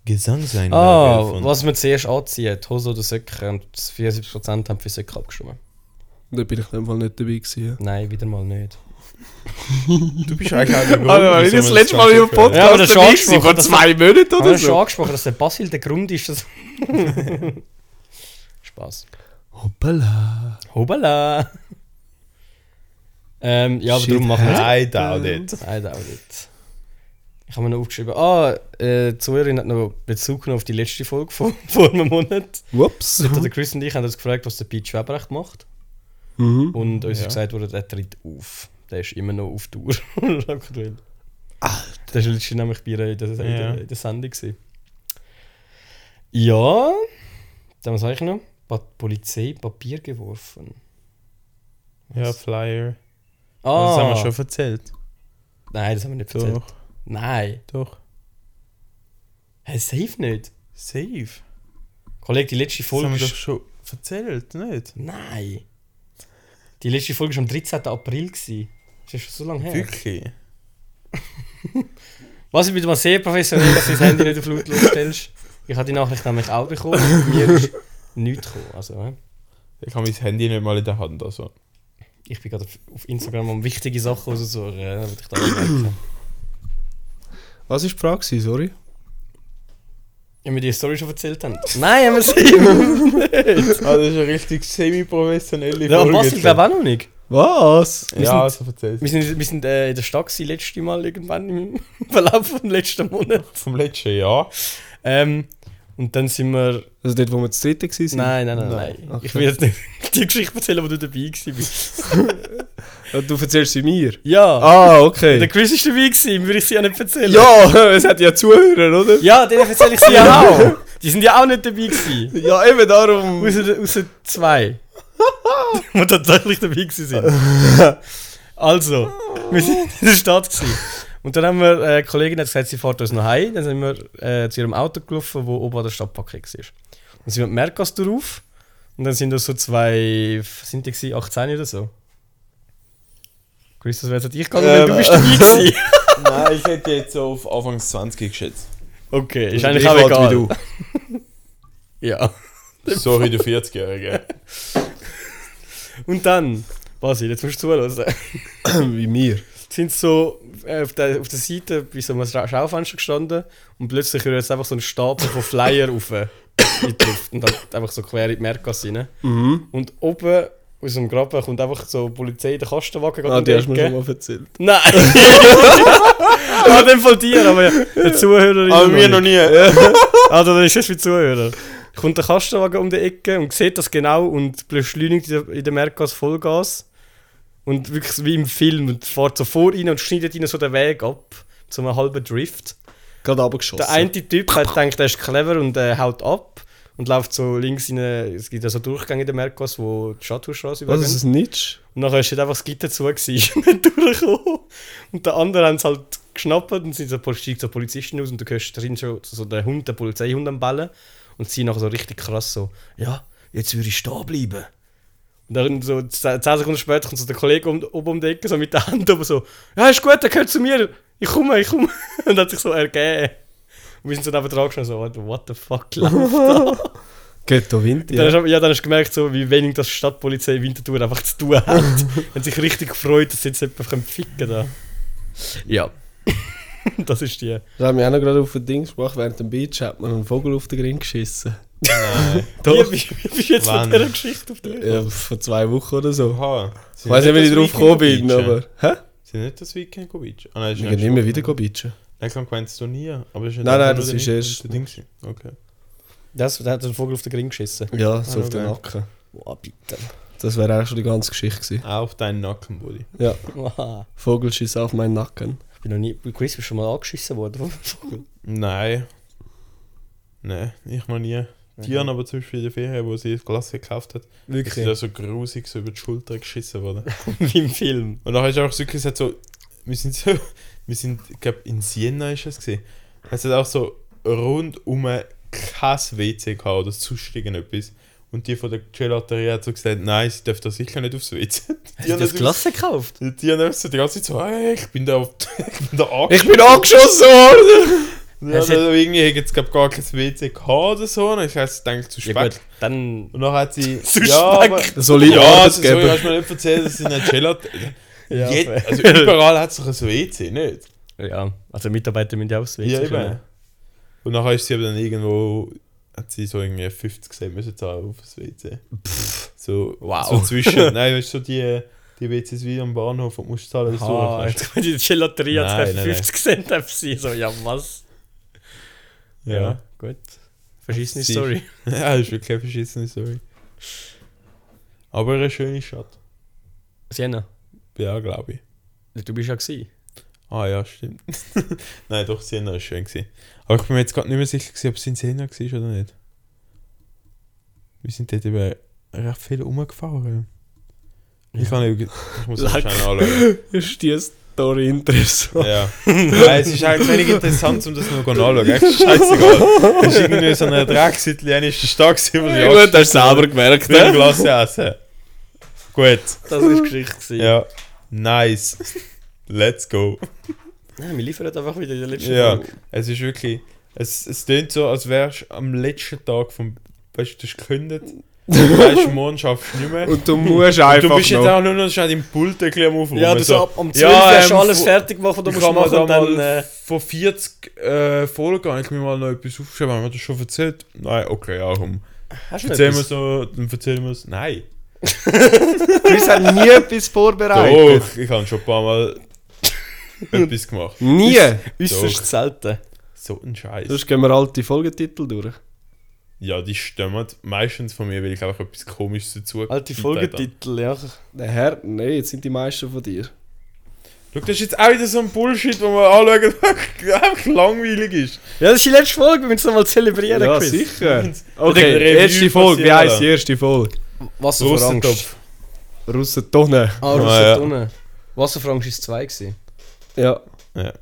Gesangseinlage von- was man zuerst anzieht, Hose oder Socken. Und 74% haben für Socken abgestimmt. Da bin ich in dem Fall nicht dabei gewesen. Nein, wieder mal nicht. Du bist eigentlich auch der Grund, Also, weil ich wieso das wir letzte Mal Ganze im Podcast Ja, aber das dabei ist war, vor angesprochen, zwei Monaten Ich habe oder schon so. angesprochen, dass der Basil der Grund ist, dass... Spaß. Hoppala. Hoppala! Ähm, ja, aber Shit darum machen wir I doubt it. Nein, das auch nicht. Ich habe mir noch aufgeschrieben, ah, äh, die Zuhörerin hat noch Bezug genommen auf die letzte Folge von vor einem Monat. Whoops. Dort hat der Chris und ich haben uns gefragt, was der Peach Webrecht macht. Mhm. Und uns Ja. ist gesagt wurde, der tritt auf. Der ist immer noch auf Tour. Aktuell. Alter. Der war letztens nämlich bei ihr in der, in Ja. der, in der Sendung. Gewesen. Ja, dann was habe ich noch? Pa Polizei Papier geworfen. Ja, Flyer. Ah, Das haben wir schon erzählt. Nein, das haben wir nicht erzählt. Doch, Nein, doch. hey, safe nicht. Safe. Kollege, die letzte Das haben Folge wir ist doch schon erzählt, nicht? Nein! Die letzte Folge war am 13. April. gewesen. Das ist schon so lange her. Wirklich? Was ich bin mal sehr professionell, dass du das Handy nicht auf lautlos stellst. Ich habe die Nachricht nämlich auch bekommen. Mir ist nichts gekommen. Also, äh, Ich habe mein Handy nicht mal in der Hand. Also. ich bin gerade auf- auf Instagram am wichtige Sachen raussuchen. Äh, damit ich da anmerken. Was war die Frage? gewesen? Sorry. Haben wir die Story schon erzählt? Haben? Nein, haben wir sie! Ah, das ist eine richtig semi-professionelle ja, Folge. was? Ich glaube auch noch nicht. Was? Ja, also erzähl. Wir sind, wir sind äh, in der Stadt gewesen, letzte Mal irgendwann im Verlauf vom letzten Monat. Vom letzten Jahr. Ähm, und dann sind wir Also dort, wo wir zu dritt waren? Nein, nein, nein, Nein. nein. Okay. Ich will jetzt nicht die Geschichte erzählen, wo du dabei warst. Ja, Du erzählst sie mir? Ja, Ah, der okay. Chris war dabei, gewesen, würde ich sie ja nicht erzählen. Ja, es hat ja Zuhörer, oder? Ja, denen erzähle ich sie ja auch. Die sind ja auch nicht dabei gewesen. Ja, eben darum. Außer, außer zwei. die tatsächlich dabei gewesen sind. Also, wir sind in der Stadt gewesen. Und dann haben wir, äh, eine Kollegin hat gesagt, sie fährt uns noch heim. Dann sind wir äh, zu ihrem Auto gelaufen, wo oben an der Stadtparkung war. Dann sind wir die Merkas drauf. Und dann sind da so zwei, sind die gewesen, 18 oder so? Chris, das wäre jetzt ich gegangen, weil du Ähm, bist dabei gewesen. Nein, ich hätte jetzt so auf Anfang 20 geschätzt. Okay, ist bin eigentlich ich auch alt egal. wie du. Ja. Sorry, du 40-Jährige. Und dann, Basil, jetzt musst du zuhören. Wie mir. sind so äh, auf, der, auf der Seite bei so einem Schau- Schaufenster gestanden und plötzlich hört jetzt einfach so ein Stapel von Flyer auf äh, in die Luft und dann einfach so quer in die Merkas rein. Mhm. Und oben aus dem Graben kommt einfach so die Polizei in den Kastenwagen geht Ah, um die die hast du mir schon Ecke. mal erzählt. Nein! An dem Fall dir, aber ja, der Zuhörer ist Aber mir noch nie. Also, das ist jetzt für die Zuhörer. Kommt der Kastenwagen um die Ecke und sieht das genau und beschleunigt in der- in der Merkas Vollgas. Und wirklich so wie im Film und fährt so vor ihnen und schneidet ihnen so den Weg ab. Zu einem halben Drift. Gerade abgeschossen. Der eine Typ hat gedacht, er ist clever und äh, haut ab. Und läuft so links in eine, Es gibt ja so Durchgänge in der Merkas, wo die Stadthausstraße Was ist übergehen. das Nitsch? Und nachher ist halt einfach das Gitter zu gewesen und nicht durchgekommen. Und der andere haben es halt geschnappt und sind so, steigt so Polizisten aus und du hörst drin schon so den Hund, den Polizeihund am Bellen. Und sie nachher so richtig krass so, ja, jetzt würde ich stehen bleiben. Und dann so ze- zehn Sekunden später kommt so der Kollege um, oben um die Ecke so mit der Hand oben so, ja ist gut, der gehört zu mir, ich komme, ich komme. Und hat sich so ergeben. Und wir sind so neben dran gestanden so, Alter, what the fuck läuft da? Ghetto Winter. Dann hast, du- ja, dann hast du gemerkt, so, wie wenig das Stadtpolizei Winterthur einfach zu tun hat. Haben sich richtig gefreut, dass sie jetzt jemanden können ficken da. Ja. das ist die. Das haben wir auch noch gerade auf den Dings gemacht. Während dem Beach hat man einen Vogel auf den Ring geschissen. Nein. Doch. Wie, wie, wie bist du jetzt Wann? mit dieser Geschichte auf der Welt? Ja, vor zwei Wochen oder so. Oha. Ich weiß nicht, wie ich drauf gekommen bin, aber. Hä? Sind nicht das Weekend gebeachen? Ah, nein, Ich kann immer wieder beachen. Nein, kann meinst du nie. Aber ist nicht Nein, einfach nein, das nur der ist Nick- erst- der Ding gewesen. Okay. Das, da hat ein Vogel auf den Ring geschissen. Ja, so Ah, auf den okay. Nacken. Boah, bitte. Das wäre auch schon die ganze Geschichte gewesen. Auch auf deinen Nacken, Buddy. Ja, Wow. Vogel schiss auf meinen Nacken. Ich bin noch nie. Chris, bist du schon mal angeschissen worden vom Vogel? Nein. Nein, ich noch nie. Dian aber zum Beispiel in der Ferien, wo sie das Glas gekauft hat, ist sie da so grusig so über die Schulter geschissen worden. Wie im Film. Und nachher ist auch so wirklich, es hat so, wir sind so, wir sind, ich glaube in Siena ist es gesehen. Es hat auch so rundum kein WC gehabt oder sonst irgendetwas. Und die von der Gelaterie hat so gesagt, nein, sie dürfen da sicher nicht aufs WC. Hast du das Glas gekauft? Die, die haben so die ganze Zeit so, hey, ich bin da, auf- ich bin da angeschissen. Ich bin angeschossen worden! Ja, Es also irgendwie hat jetzt glaub, gar kein WC gehabt oder so. Und ich habe es gedacht, zu spät. Ja gut, dann. und dann hat sie. Zu ja, aber, Speck. Solide ja, also, so, ich Arbeitgeber. hast mir nicht erzählt, dass sie nicht chillt. Ja, Jed- fair. also überall hat es doch ein WC, nicht? Ja, also Mitarbeiter müssen ja auch das WC Ja, können. eben. Und nachher ist sie aber dann irgendwo. hat sie so irgendwie 50 Cent müssen zahlen auf das WC. So, wow. so zwischen, nein, weißt du, so die, die WCs wie am Bahnhof und musst zahlen, so Ah, kannst jetzt kommt die Gelaterie, Nein, jetzt nein, 50 Cent auf sie. So, ja, was? du- Ja. gut. Verschissene Sie- Story. ja, das ist wirklich eine verschissene Story. Aber eine schöne Stadt. Sienna, Ja, glaube ich. du bist ja gewesen. Ah ja, stimmt. Nein, doch, Siena war schön. Gewesen. Aber ich bin mir jetzt gerade nicht mehr sicher, gewesen, ob es in Siena war oder nicht. Wir sind dort eben recht viel rumgefahren. Ich kann nicht, ich muss das Lack. schnell anschauen. Ist die Story interessant? Ja. Nein, es ist halt wenig interessant, um das noch anzuschauen. Echt scheißegal. Es ist irgendwie so ein Dreckseitli, einer ist der Stark, was ich gut, hast du selber gemerkt, Ich will ein ne? Glas essen. Gut. Das war Geschichte. Ja. Nice. Let's go. Nein, wir liefern einfach wieder in der letzten Ja, Folge. es ist wirklich. Es, es tönt so, als wärst du am letzten Tag vom. Weißt du, du hast gekündigt. Weißt du, morgen schaffst du nicht mehr. Und Und du musst einfach du bist jetzt noch. auch nur noch schnell im Pult ein bisschen am Aufräumen. Ja, du so ab um 12 Ja, Uhr hast ähm, du alles wo- fertig machen, du Ich musst kann mir machen da und dann... mal Äh, von 40 äh, Folgen, habe ich mir mal noch etwas aufgeschrieben, haben wir das schon erzählt? Nein, okay, ja, komm. hast du noch Erzählen wir etwas? so, dann erzählen wir es. Nein. Wir haben nie etwas vorbereitet. Doch, ich habe schon ein paar Mal etwas gemacht. Nie! Äußerst selten. So ein Scheiß. Sonst gehen wir alte Folgetitel durch. Ja, die stimmen meistens von mir, weil ich einfach etwas Komisches dazu Alte gesagt habe. Folgetitel, ja. Der Herr, nee, jetzt sind die meisten von dir. Schau, das ist jetzt auch wieder so ein Bullshit, wo man anschauen, der einfach langweilig ist. Ja, das ist die letzte Folge, wir müssen es nochmal zelebrieren, Ja, Chris. sicher. Oder Okay, Revue erste Folge. Wie passieren heisst lassen. die erste Folge? Was für Angst. Russentopf. Russen Tonne. Ah, Ah, ja. Russentonne. Wasserfrank war 2 gewesen. Ja. Ja.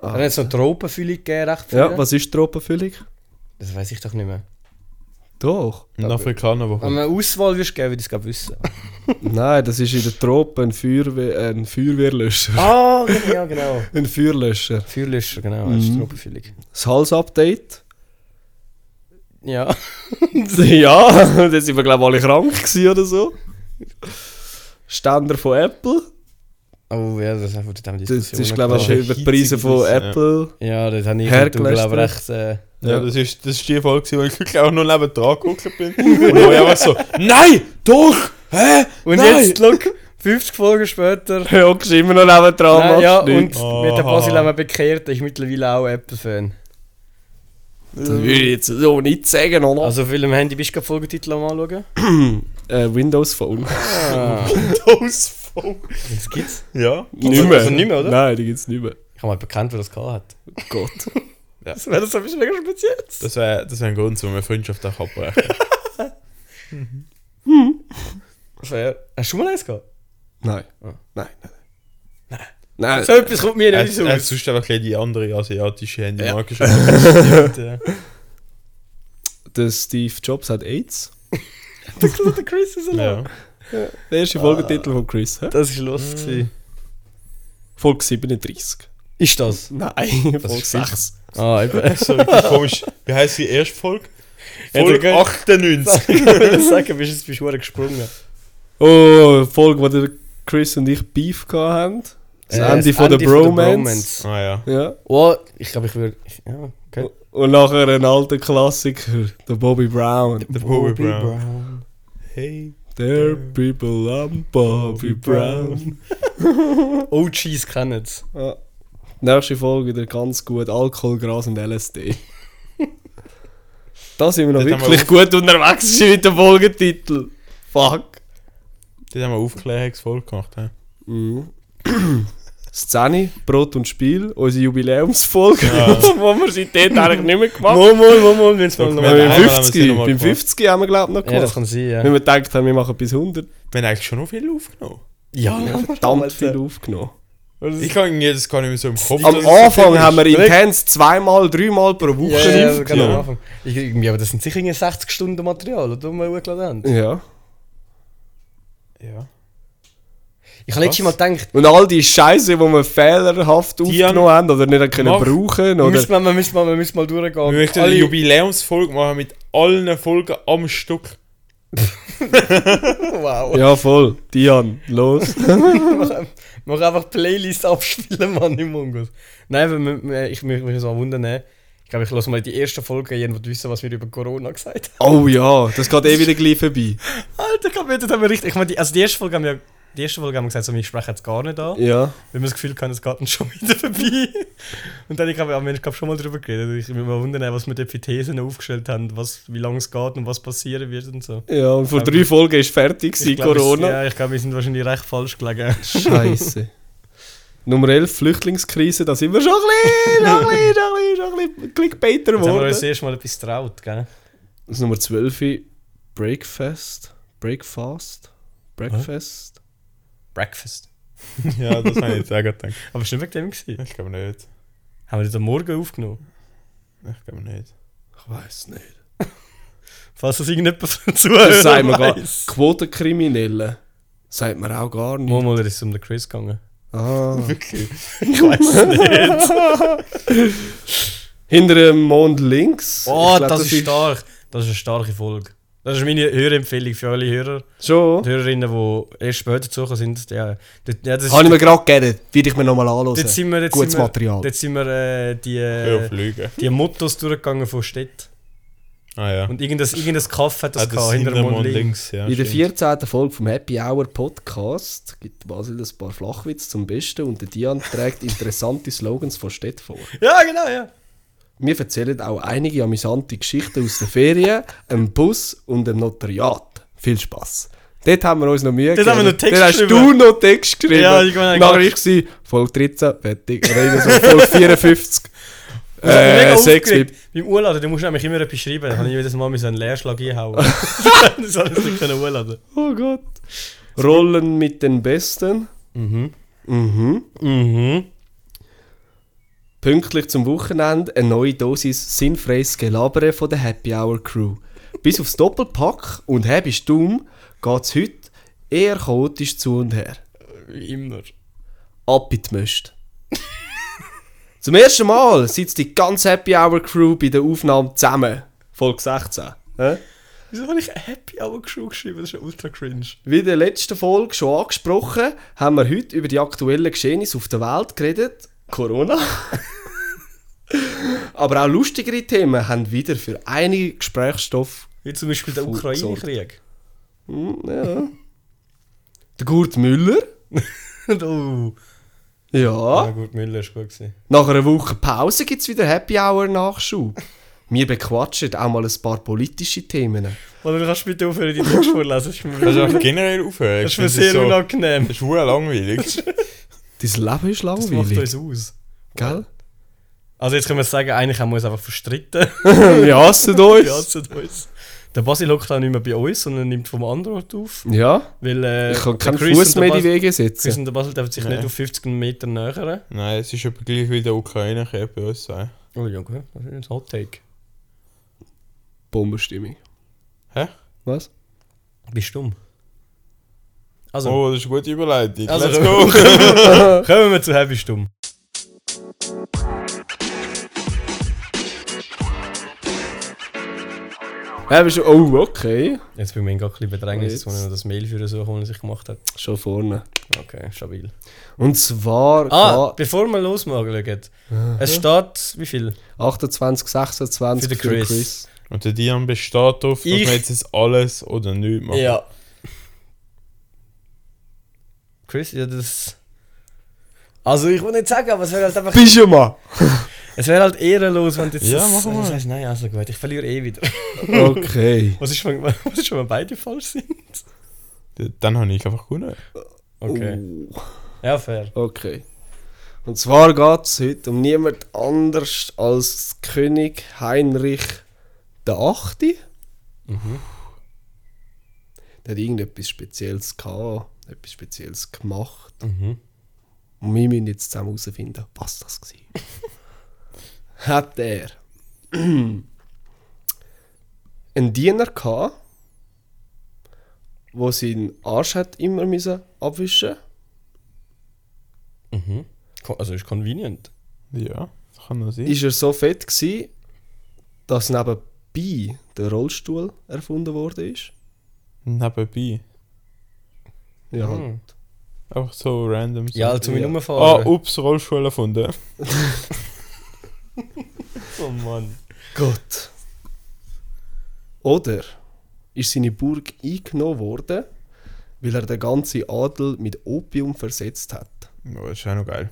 Ah. Dann hat es noch Tropenfüllung gegeben, recht viel. Ja, was ist die Tropenfüllung? Das weiß ich doch nicht mehr. Doch. Ein Afrikaner, der Wenn kommt. man eine Auswahl würdest geben, würde ich es glaub wissen. Nein, das ist in der Tropen ein, Feuerwe ein Feuerwehrlöscher. ah, genau, ja, genau. Ein Feuerlöscher. Feuerlöscher, genau, das ist Mhm. Tropenfüllung. Das Halsupdate. Ja. ja, da sind wir glaube ich alle krank gewesen oder so. Ständer von Apple. Oh ja, das ist einfach die Das, Diskussion. das ist glaube ich auch klar. schon über die Preise von Hitzig, das- Apple. Ja, das habe ich und du, Hergelästert. glaub ich, recht... Äh, Ja, das ist, das ist die Folge, gewesen, wo ich wirklich auch nur neben dran geguckt bin. Und wo ich einfach so, nein, doch, hä? und Nein! jetzt, look, 50 Folgen später... Ja, hockst immer noch neben dran, Nein, machst ja, und nichts. mit der Aha. Basil haben wir bekehrt, ist mittlerweile auch Apple-Fan. Das würde ich jetzt so nicht sagen, oder? Also auf welchem Handy bist du gerade Folgetitel am anschauen? äh, Windows Phone. Ah, Das voll. das gibt's. Ja. Nicht also nicht mehr, oder? Nein, die gibt es nicht mehr. Ich habe mal bekannt, wer das gehabt hat. Gott. Das wäre so ein bisschen mega spezielles. Das wäre das wär ein Grund, warum wir Freundschaft auch abbrechen. Fair. Hast du schon mal eins gehabt? Nein. Ah. Nein, nein, nein. Nein. So etwas kommt mir Er nicht so hat aus. Äh, sonst einfach die andere asiatische Handymarke schon. Der Steve Jobs hat AIDS. Das ist der Chris ist ja. allein. Der erste Folgetitel von Chris. Hä? Das war lustig. gewesen. Folge 37. Ist das? Nein, Folge ist viel. 6. Ah, eben. So richtig komisch. Wie heißt die erste Folge? Ja, Folge der geht- 98. ich wollte sagen, bist jetzt bist du verdammt gesprungen. Oh, Folge, wo der Chris und ich Beef gehabt haben. Das Äh, Ende von der Bromance. Ah ja. Ja. Oh, ich glaube, ich würde. ich- Ja, okay. Oh, Und nachher ein alter Klassiker, der Bobby Brown. Der Bobby Brown. Brown. Hey. There people I'm Bobby Brown. OGs kennen es. Ja. Nächste Folge wieder ganz gut Alkohol, Gras und LSD. da sind wir noch Dort haben wir wirklich gut unterwegs gewesen mit dem Folgetitel. Fuck. Das haben wir Aufklärungsfolge gemacht. He? Szene, Brot und Spiel, unsere Jubiläumsfolge, die wir seitdem eigentlich nicht mehr gemacht haben. Mol, mol, mol, mol, wir müssen mal Ah. Doch, nochmal. wir- Beim Einmal haben wir sie 50, noch beim mal gemacht. 50 haben wir glaube ich noch Ja, das gemacht. kann sein, ja. Wenn wir gedacht haben, wir machen bis 100. Wir haben eigentlich schon noch viel aufgenommen. Ja, Verdammt viel aufgenommen. Ich kann irgendwie das gar nicht mehr so im Kopf. Am dass es so Anfang viel haben wir ist. intens zweimal, dreimal pro Woche. Ja, ja, genau. ja, gerade am ja. Anfang. Ich, irgendwie, aber das sind sicher irgendwie 60 Stunden Material, oder? Die wir hochgeladen haben. ja. ist. Ja. Ich habe letztes Mal Was? gedacht, Und all die Scheiße, die wir fehlerhaft aufgenommen haben oder nicht können Mach. brauchen wir oder müssen, mal, wir, müssen mal, wir müssen mal durchgehen. Wir möchten eine Jubiläumsfolge machen mit allen Folgen am Stück. wow. ja voll Dian los Mach einfach Playlist abspielen, Mann, im Mungos. Nein, weil wir, wir- ich mich mich so wundern. glaube, ich lasse mal die erste Folge, jemand wissen, was wir über Corona gesagt haben. Oh ja, das geht eh wieder gleich vorbei. Alter, Kapitel, das haben wir richtig. Ich meine, die, also die erste Folge haben wir, die erste Folge haben wir gesagt, so, wir sprechen jetzt gar nicht an. Ja. Weil wir das Gefühl hatten, es geht uns schon wieder vorbei. Und dann, ich glaube, ja, wir haben glaub, schon mal darüber geredet. Ich würde mich mal wundern, was wir dort für Thesen aufgestellt haben, was, wie lange es geht und was passieren wird und so. Ja, und vor Ähm, drei Folgen ist fertig gewesen, Ich glaub, es- Corona. Ja, ich glaube, wir sind wahrscheinlich recht falsch gelegen. Scheiße. Nummer 11, Flüchtlingskrise, da sind wir schon ein bisschen, schon ein bisschen, schon ein bisschen, schon ein bisschen Clickbaiter Jetzt haben wir uns geworden. erst mal etwas getraut, gell? Das ist Nummer 12, Breakfast. Breakfast? Breakfast? Breakfast. Ja, das habe ich jetzt auch gerade gedacht. Aber es war nicht wegen dem. Gewesen. Ich glaube nicht. Haben wir das am Morgen aufgenommen? Ich glaube nicht. Ich weiß nicht. Falls das irgendjemand Das zuhört, sagt man gar weiss. Quotenkriminelle. Sagt man auch gar nicht. Mal, mal ist es um den Chris gegangen. Ah. Wirklich? Ich weiß nicht. Hinter dem Mond links. Oh, Ich glaub, das, ist stark. Das ist eine starke Folge. Das ist meine Hörempfehlung für alle Hörer und Schon. Hörerinnen, die erst später gezogen sind. Ja, das, ja, das ist, Habe ich mir gerade gegeben. Würde ich mir nochmal anhören. dort sind wir, dort Gutes sind wir, Material. Dort sind wir äh, die, Hör äh, auf Lügen. die Mottos durchgegangen von Städten. Ah ja. Und irgendein, irgendein Kaff hat das, Ah, gehabt, hinter dem Mond links. ja. In der stimmt. 14. Folge vom Happy Hour Podcast gibt Basil ein paar Flachwitze zum Besten und der Dian trägt interessante Slogans von Städten vor. Ja, genau, ja. Wir erzählen auch einige amüsante Geschichten aus den Ferien, einem Bus und einem Notariat. Viel Spaß. Dort haben wir uns noch Mühe Dort haben wir noch Text Dann hast du geschrieben. noch Text geschrieben. Ja, ich meine, Nachher Gott. ich war Folge 13, fertig. Reden so Folge 54. Ich bin mega äh, Sex mit aufgeregt. Beim Urladen, du musst nämlich immer etwas schreiben. Da kann ich jedes Mal müssen einen Leerschlag einhauen. das habe ich nicht können urladen. Oh Gott. Rollen mit den Besten. Mhm. Mhm. Pünktlich zum Wochenende eine neue Dosis sinnfreies Gelabere von der Happy Hour Crew. Bis aufs Doppelpack und hä bist dumm, geht's heute eher chaotisch zu und her. Wie immer. Ab in die Möst. zum ersten Mal sitzt die ganze Happy Hour Crew bei der Aufnahme zusammen. Folge 16. hä? Wieso habe ich Happy Hour Crew geschrieben? Das ist ja ultra cringe. Wie in der letzten Folge schon angesprochen, haben wir heute über die aktuellen Geschehnisse auf der Welt geredet. Corona. Aber auch lustigere Themen haben wieder für einige Gesprächsstoff. Wie zum Beispiel der Voll Ukraine-Krieg. Ja. Der Gurt Müller. Und oh. Ja, Ja. gut, Müller ist gut gewesen. Nach einer Woche Pause gibt es wieder Happy Hour Nachschub. Wir bequatschen auch mal ein paar politische Themen. Oder kannst du bitte aufhören, die Text vorlesen? Das ist mir, Also Kannst du das einfach generell aufhören? ist mir sehr unangenehm. unangenehm. Das ist verdammt langweilig. Dein Leben Das ist macht langweilig, uns aus. gell? Also jetzt können wir sagen, eigentlich haben wir uns einfach verstritten. Wir hassen Wir uns. hassen uns. Der Basil hockt auch nicht mehr bei uns, sondern nimmt vom anderen auf. Ja. Weil, äh, Ich kann der keinen Chris Fuß und der mehr in die Bas- Wege setzen. Chris und der Basel dürfen sich nicht auf 50 Meter nähern. Nein, es ist etwa gleich wie der Ukraine-Krieg bei uns sein. Oh Junge, das ist ein Hot Take. Bombenstimmung. Hä? Was? Bist du dumm? Also, Oh, das ist eine gute Überleitung. Also- Let's go! kommen wir zu Happy Stumm. Ja, bist du, oh, okay. Jetzt bin ich gerade ein bisschen bedrängt, Jetzt. jetzt muss ich noch das Mail für suchen, das er sich gemacht hat. Schon vorne. Okay, stabil. Und zwar Ah, ah. bevor wir losmachen, schaut. Ah. Es steht, wie viel? 28, 26 Für den Chris. Und der Dian besteht darauf, dass wir Ich- jetzt das alles oder nichts machen. Chris, ja, das. Also, ich will nicht sagen, aber es wäre halt einfach. Bist du mal? Es wäre halt ehrenlos, wenn du jetzt. Ja, das, mach mal. Das heißt, nein, also gut, ich verliere eh wieder. Okay. Was ist, wenn, was ist, wenn wir beide falsch sind? D- Dann habe ich einfach gewonnen. Okay. Oh, Ja, fair. okay. Und zwar geht es heute um niemand anders als König Heinrich der Achte. Der hat irgendetwas Spezielles gehabt, etwas Spezielles gemacht. Und wir müssen jetzt zusammen herausfinden, was das war. hat er einen Diener gehabt, der seinen Arsch hat immer müssen abwischen Ko- Also, ist convenient. Ja, das kann noch sein. ist er so fett gsi, dass nebenbei der Rollstuhl erfunden worden ist. Nebenbei. Ja. Ah. Einfach so random. Ja, also, Ja. mit Ah, Nummerfahren. ups, Rollstuhl erfunden. Oh Mann. Gott. Oder ist seine Burg eingenommen worden, weil er den ganzen Adel mit Opium versetzt hat? Ja, das ist auch noch geil.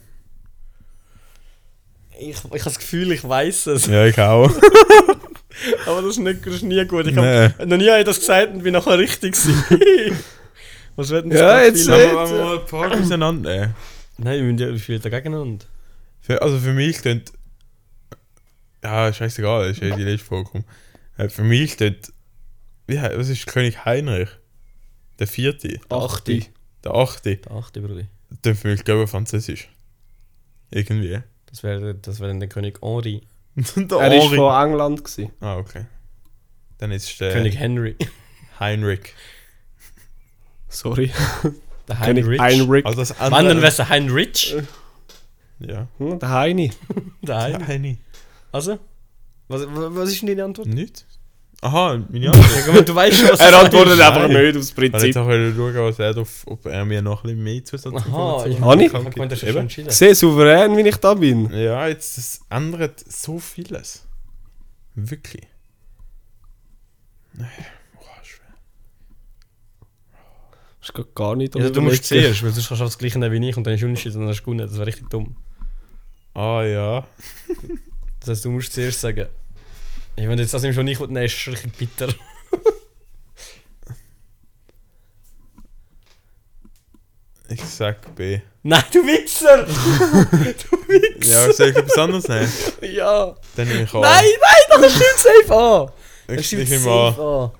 Ich, ich habe das Gefühl, ich weiß es. Ja, ich auch. Aber das ist, nicht, das ist nie gut. Ich Nee. hab, noch nie habe ich das gesagt und bin nachher richtig gewesen. Was wird denn das Ja, gerade jetzt viel? Aber wenn wir mal ein paar auseinandernehmen. Nein, wir müssen ja wie viel dagegen und. Für, also für mich klingt. Ja, scheißegal, ist eh die letzte Frage. komm. Äh, Für mich klingt. Wie, hei- was ist König Heinrich? Der vierte, Achte. der achte. Der achte, Bruder. Dann für mich glaube ich französisch. Irgendwie. Das wäre das wär dann der König Henri. Oh, der Er war Henri. von England. Gewesen. Ah, okay. Dann ist der König Henry. Heinrich. Sorry. Der König Heinrich. Heinrich. Also das Mann, andere. dann wär's der Heinrich. ja. Hm, der Heini. Der Hein. Heini. Also? Was, wa- was ist denn deine Antwort? Nicht? Aha, meine Antwort. Ja, du weißt schon, was Er antwortet Heini. einfach nicht aus Ich wollte Prinzip. auch schauen, was er drauf, ob er mir noch ein bisschen mehr Aha, Zusatzinformationen ich Hani? Ich hab gemeint, das ist schon Eben. entschieden. Sehr souverän, wie ich da bin. Ja, jetzt das ändert so vieles. Wirklich. Nein, oh, schwer. Das ist gar nicht Also, du musst überlegen. zuerst, weil sonst kannst du das gleiche nehmen wie ich und dann ist unentschieden und dann hast du gewonnen. Das wäre richtig dumm. Ah ja. Das heißt, du musst zuerst sagen. Ja, wenn du jetzt das nimmst, was ich will, dann ist es richtig bitter. Ich sag B. Nein, du Wichser! du Ja, Wichser! soll ich etwas anderes nehmen? Ja. Dann nehme ich A. Nein, nein, das stimmt safe an! Das Oh. ich, stimmt ich nehme A. safe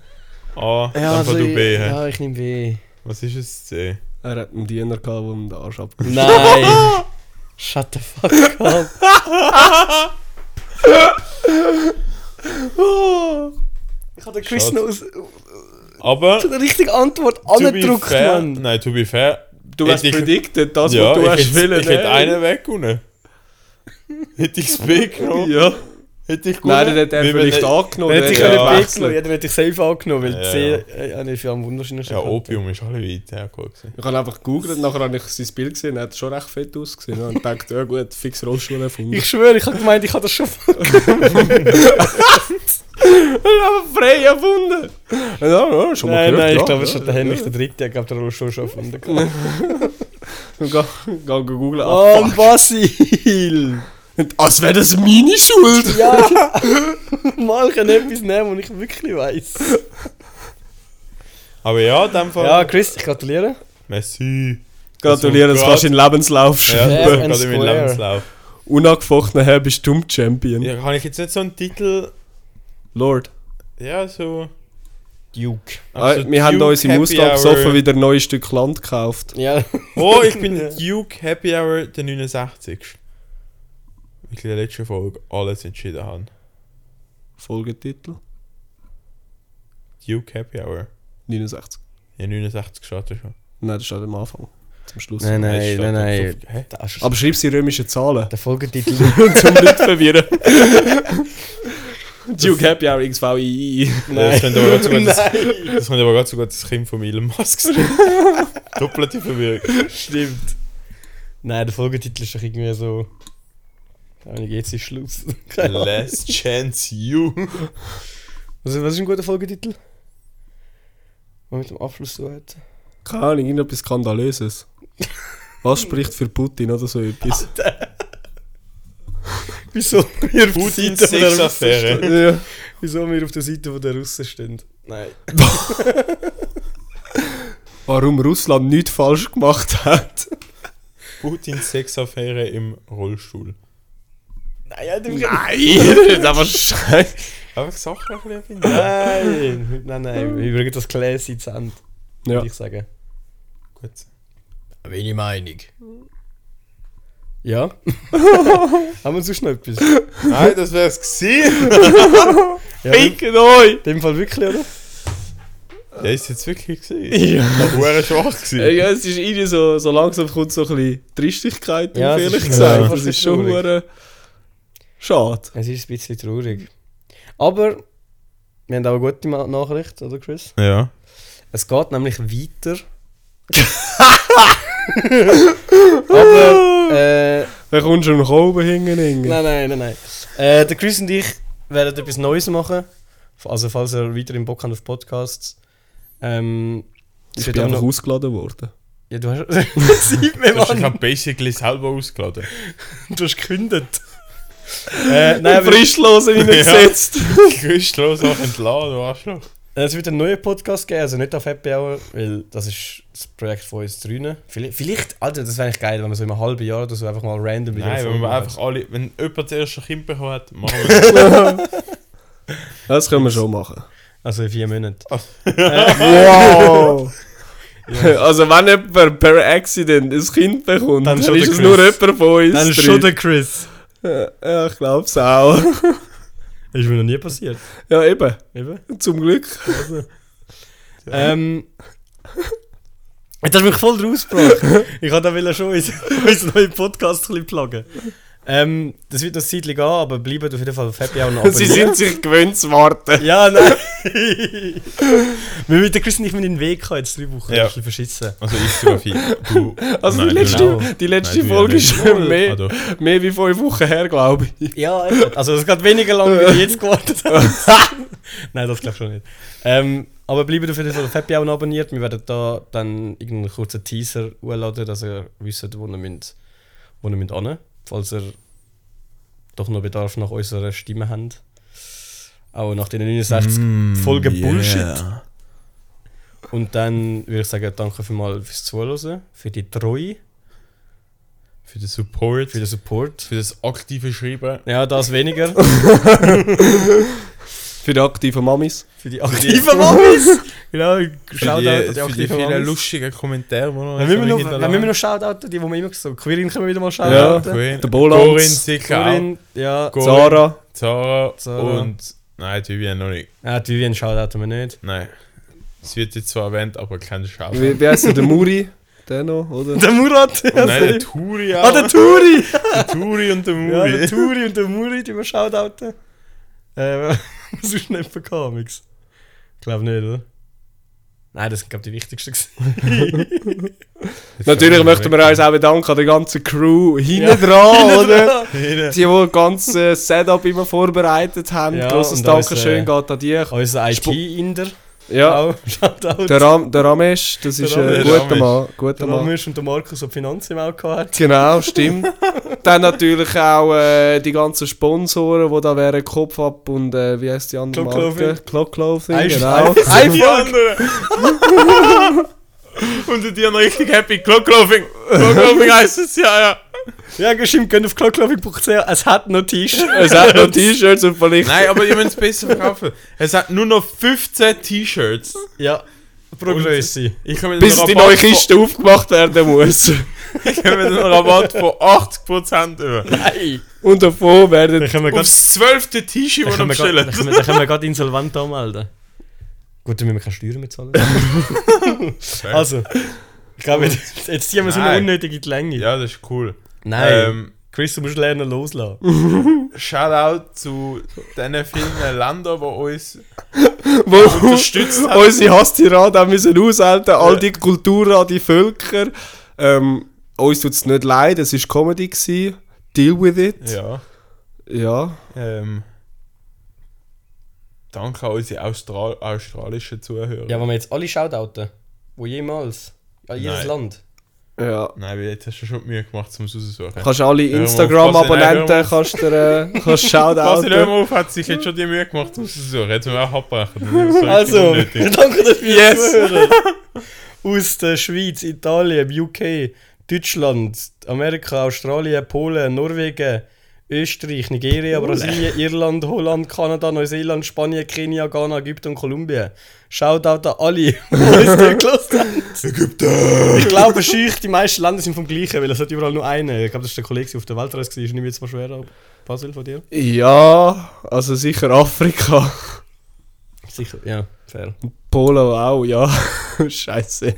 A, an. dann also du B. hä? Ja, ich nehme B. Was ist es? C. Er hat einen Diener gehabt, der ihm den Arsch abgenommen Nein! Shut the fuck up. Ich habe den Quiz Schade. noch aus Aber, der richtigen Antwort to be angedruckt, fair, Mann. nein, to be fair, Du hast Hätte ich- predicted, das, ja, was Also, du hast ich hätte, wollen, ne? ich hätte nein. einen weggenommen. hätte ich B genommen, Ja. hätte ich Nein, dann hätte er Weil wenn vielleicht er- angenommen. Dann hätte ich ja. Ja. B gewechselt. genommen, ja, dann hätte ich safe angenommen, weil Ja, C ja. äh, habe ich ja am wunderschönsten Ja, gehabt. Opium ist alle weit hergekommen. gewesen. Ich habe einfach gegoogelt, nachher habe ich sein Bild gesehen, er hat schon recht fett ausgesehen. Und dachte, ja gut, fix Rollstuhl erfunden. Ich schwöre, ich habe gemeint, ich habe das schon habe frei erfunden! Ja, ja, schon mal Nein, nein, gehört, ja, ich glaube, es ja, hat der Henrich der Dritte, ich glaube, der Rolle schon schon erfunden. gehabt. ja. Geh- Geh googeln. Oh, Ah, Basil! fuck. Als wäre das meine Schuld! Ja! Mal kann ich etwas nehmen, was ich wirklich weiß. Aber ja, in dem Fall. Ja, Chris, ich gratuliere. Messi. Gratuliere, das Also, kannst du in den Lebenslauf Ja, schreiben. das Fair ist and gerade in meinem square. Lebenslauf. Unangefochtener Herr bist du Champion. Ja, kann ich jetzt nicht so einen Titel. Lord. Ja, so. Duke. Ah, so wir haben Duke uns im Happy Ausgang Hour. besoffen wieder ein neues Stück Land gekauft. Ja. Oh, ich bin Ja. Duke Happy Hour der 69. Ich in der letzten Folge alles entschieden haben. Folgetitel? Duke Happy Hour. 69. Ja, 69 startet schon. Nein, das steht am Anfang. Zum Schluss. Nein, Nein, nein, nein, nein. steht auf- Hä? Das ist Aber schreib sie in römischen Zahlen. also der Folgetitel. Zum nicht verwirren. Duke Happy Hour XVII. Das könnte aber ganz so gut das, Nein. das, könnte aber ganz so gut das Kind von Elon Musk sein. Doppelte Verwirrung. Stimmt. Nein, der Folgetitel ist doch irgendwie so. Keine Ahnung, jetzt ist Schluss. Keine Ahnung. Last Chance You. Was ist, was ist ein guter Folgetitel? Was mit dem Abschluss zu tun hat. Keine Ahnung, irgendetwas Skandalöses. Was spricht für Putin oder so etwas? Wieso wir auf der Putins Seite von der Russen Sexaffäre. stehen? ja. Wieso wir auf der Seite von der Russen stehen? Nein. Warum Russland nichts falsch gemacht hat. Putins Sexaffäre im Rollstuhl. Nein, du Nein, das war scheiße. Einfach Sachen ein bisschen erfinden. Nein, nein, nein. Übrigens das Gläschen ins Hand, Ja. würde ich sagen. Gut. Wenig Meinung. Ja. Haben wir sonst noch etwas? Nein, das wär's gewesen. Ja, in Ficken euch! dem Fall wirklich, oder? Der ist jetzt wirklich gewesen. Ja. Hure schwach gewesen. Äh, ja, es ist irgendwie so, so langsam kommt so ein bisschen Tristigkeit Ja, auf, das ehrlich ist- gesagt. ja. Das ist schon Traurig. hure schade. Es ist ein bisschen traurig. Aber wir haben auch eine gute Ma- Nachricht, oder Chris? Ja. Es geht nämlich weiter. Aber. Äh, äh, Dann kommst du noch oben hängen. nein, nein, nein, nein. Äh, der Chris und ich werden etwas Neues machen. Also, falls ihr weiterhin Bock habt auf Podcasts. Ähm, es Ich wird bin aber einfach ausgeladen worden. Ja, du hast. Sieht mir, Du hast Mann. dich ja basically selber ausgeladen. Du hast gekündigt. äh, nein, aber Frischlos hineingesetzt. Christlos auch entladen, du Arschloch. es wird einen neuen Podcast geben, also nicht auf Happy Hour, weil das ist das Projekt von uns drinnen. Vielleicht, vielleicht Alter, das wäre eigentlich geil, wenn wir so in einem halben Jahr oder so einfach mal random wieder Nein, eine wenn wir Folge einfach alle, wenn jemand das erste Kind bekommen hat, machen wir Das können wir schon machen. machen. Also in vier Monaten. Wow! Also wenn jemand per Accident ein Kind bekommt, Dann dann, schon ist der es nur Chris. jemand von uns Dann ist drin. schon der Chris. Ja, ich glaub's auch. Ist mir noch nie passiert. Ja, eben. Eben. Zum Glück. Ähm. Jetzt hast du mich voll rausgebracht. ich wollte da will schon unseren unseren neuen Podcast ein bisschen pluggen. Ähm, das wird noch ein Zeitchen gehen, aber bleibt auf jeden Fall auf Happy Hour noch Sie abonniert. sind sich gewöhnt zu warten. Ja, nein. Wir mit der Chris nicht mehr in den Weg gehabt, jetzt drei Wochen. Ja. Ein bisschen verschissen. Also ich sogar viel. Du. Also Nein, die letzte, genau. die letzte Nein, du Folge ja ist nicht. schon mehr, Ah, doch. mehr wie fünf Wochen her, glaube ich. Ja, eben. also es geht weniger lang, wie ich jetzt gewartet habe. nein, das glaube ich schon nicht. Ähm, aber bleibt auf jeden Fall auf Happy Hour noch abonniert. Wir werden da dann irgendeinen kurzen Teaser hochladen, dass ihr wisst, wo ihr müsst, wo ihr müsst hin, falls ihr doch noch Bedarf nach unserer Stimme habt. Auch nach den 69 Folgen Bullshit. Und dann würde ich sagen, danke vielmals fürs Zuhören, für die Treue, Für den für Support, für den das, Support. für das aktive Schreiben. Ja, das weniger. Für die aktiven Mamis. Für die aktiven Mamis! genau, Shoutout an die für die aktiven vielen Mamis. lustigen Kommentare, die noch Dann müssen wir noch, hinterlassen. dann müssen wir noch Shoutouten, die, die wir immer so. Quirin können wir wieder mal Ja, shoutouten. Corinne- Der Bolanz. Corinne sicher auch. Quirin, ja. Corinne, Sarah. Zara, Zara. und... Nein, die Vivian noch nicht. Ah, die Vivian shoutouten wir nicht. Nein. Es wird jetzt zwar erwähnt, aber kein Schaf. Nein, Wie, wie heisst der, der Muri? Der noch, oder? Oh Der Murat! der Turi auch. ah, der Turi! der Turi und der ja, Muri. der Turi und der Muri, die wir shoutouten. Äh, was ist nicht für Comics? Ich glaube nicht, oder? Nein, das sind, glaube ich, die wichtigsten. gewesen. Natürlich möchten wir uns auch bedanken an der ganzen Crew hinten dran, oder? Die, die ganz äh, Setup immer vorbereitet haben. Ja, Grosses und da ist, Dankeschön äh, geht an dich. Unser IT-Inder. Ja, Auch Shoutout. der, Ram, der Ramesh, das Der ist ein Ramesh. guter Ramesh. Mann. Guter Der Mann. Ramirez und der Markus, der die Finanzen im Auge hat. Genau, stimmt. Dann natürlich auch äh, die ganzen Sponsoren, die da wären, Kopf ab und äh, wie heißt die andere Clock Marke? Clothing. Clock Clothing, Ein- genau. Ein die anderen. und die haben richtig happy. Clockloving. Clockloving heisst es ja, ja. Ja, gestimmt, geht auf clockloving.ch, es hat noch T-Shirts. Es hat noch T-Shirts und vielleicht... Nein, aber ihr müsst es besser verkaufen. Es hat nur noch 15 T-Shirts. Ja, pro Und- Grösse. Ich habe mir Bis die einen neue Rabatt von- Kiste aufgemacht werden muss. ich habe mir einen Rabatt von 80% über. Nein! Und davon werden Dann können wir gerade Aufs zwölfte T-Shirt, das wir dann können wir bestellen. grad- dann können wir- dann können wir grad insolvent anmelden. Gut, dann müssen wir keine Steuern mehr zahlen. also, ich glaube, jetzt, jetzt ziehen wir so eine Nein. unnötige Länge. Ja, das ist cool. Nein. Ähm, Chris, du musst lernen loslassen. Shoutout zu diesen vielen Ländern, die uns wo unterstützt haben. unsere Hastirade auch müssen aushalten, all die Kulturen, all die Völker. Ähm, uns tut es nicht leid, es war Comedy. Gewesen. Deal with it. Ja. Ja. Ähm, danke an unsere Austral australischen Zuhörer. Ja, wenn wir jetzt alle shoutouten, wo jemals, an jedes Nein. Land. ja. Nein, weil jetzt hast du schon die Mühe gemacht, um es rauszusuchen. Kannst alle mal auf, Instagram-Abonnenten, Basil, kannst dir äh, kannst Pass ich Shoutout. auf, hat sich jetzt schon die Mühe gemacht, um es rauszusuchen. Jetzt haben wir auch abbrechen. Also, danke dafür. Yes. Zuhören. Aus der Schweiz, Italien, UK, Deutschland, Amerika, Australien, Polen, Norwegen, Österreich, Nigeria, Brasilien, Irland, Holland, Kanada, Neuseeland, Spanien, Kenia, Ghana, Ägypten und Kolumbien. Shoutout an alle, die uns da gelassen haben. Ägypten! Ich glaube, schüch, die meisten Länder sind vom gleichen, weil es hat überall nur einen. Ich glaube, das war der Kollege der auf der Weltreise, war. ist nicht jetzt mal schwer ab. Basil von dir? Ja, also sicher Afrika. Sicher, ja, fair. Polen auch, ja. Scheiße.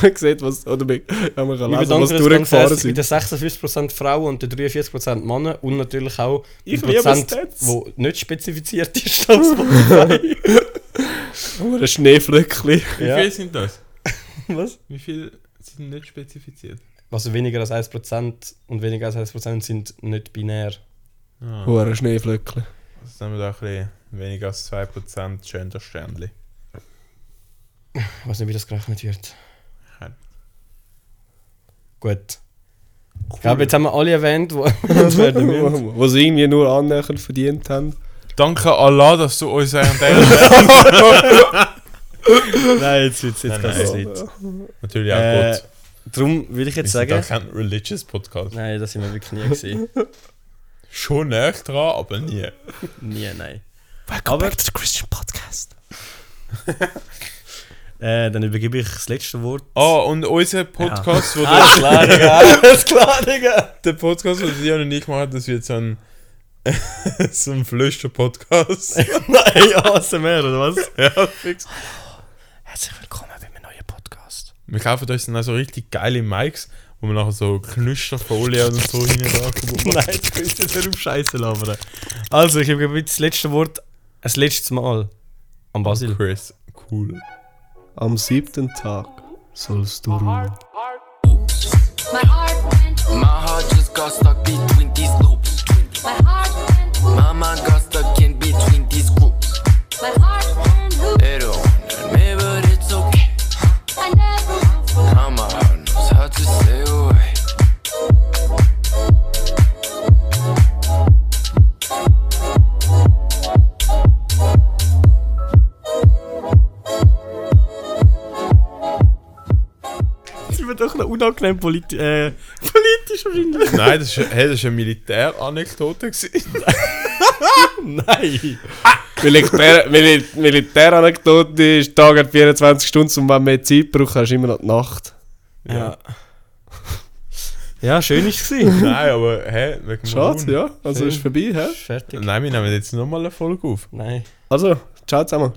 man sieht, was, oder man, ja, man kann Wir lesen, was bedanken uns ganz durchgefahren herzlich bei sind. den 56% Frauen und den 43% Männern und natürlich auch Ich den liebe Prozent, Stats. wo nicht spezifiziert ist auf Spotify. Ein Schneeflöckchen. Wie Ja. viele sind das? Was? Wie viele sind nicht spezifiziert? Also weniger als 1% und weniger als 1% sind nicht binär. Ah. Hure Schneeflöckchen. Das sind wir da ein bisschen weniger als 2% schöner Sternli. Ich weiß nicht, wie das gerechnet wird. Kein- Gut. Ich glaube, jetzt haben wir alle erwähnt, wo werden müssen. Wo sie irgendwie nur annähernd verdient haben. Danke Allah, dass du uns während Nein, jetzt wird's jetzt Nein, nein, kein jetzt Zeit. Natürlich auch Äh, gut. darum will ich Wir jetzt sind da sagen. kein religious Podcast. Nein, das sind wir wirklich nie gesehen. Schon näher dran, aber nie. Nie, nein. Welcome back to the Christian Podcast. Äh, dann übergebe ich das letzte Wort. Ah, und unser Podcast, wo Alles klar, Digga. Alles klar, Digga. der, der Podcast, den Dion und ich machen, das wird so ein, so ein Flüster-Podcast. Nein, ASMR, oder was? ja, fix. Herzlich willkommen bei meinem neuen Podcast. Wir kaufen uns dann auch so richtig geile Mics, wo wir nachher so Knüsterfolie und so hinein da Nein, du kannst jetzt nicht um Scheiße labern. Also, ich übergebe jetzt das letzte Wort ein letztes Mal an Basil. Chris, cool. Am siebten Tag sollst du ruhen. My heart went, My heart just got stuck between these loops. my heart went, My mind got stuck in between these groups. my heart went, who It all hurt me, but it's okay. I never Now my heart knows how to stay away. Sind wir doch noch unangenehm politi äh, politisch wahrscheinlich? Nein, das ist, hey, das ist eine Militäranekdote. gewesen. Nein. Militär, Mil Militäranekdote ist Tag hat 24 Stunden und wenn du mehr Zeit brauchst, hast du immer noch die Nacht. Ja. Ja, schön ist es. Nein, aber hey, wegen dem Schade, Huhn. ja. Also ist vorbei, hä? Fertig. Nein, wir nehmen jetzt nochmal eine Folge auf. Nein. Also, ciao zusammen.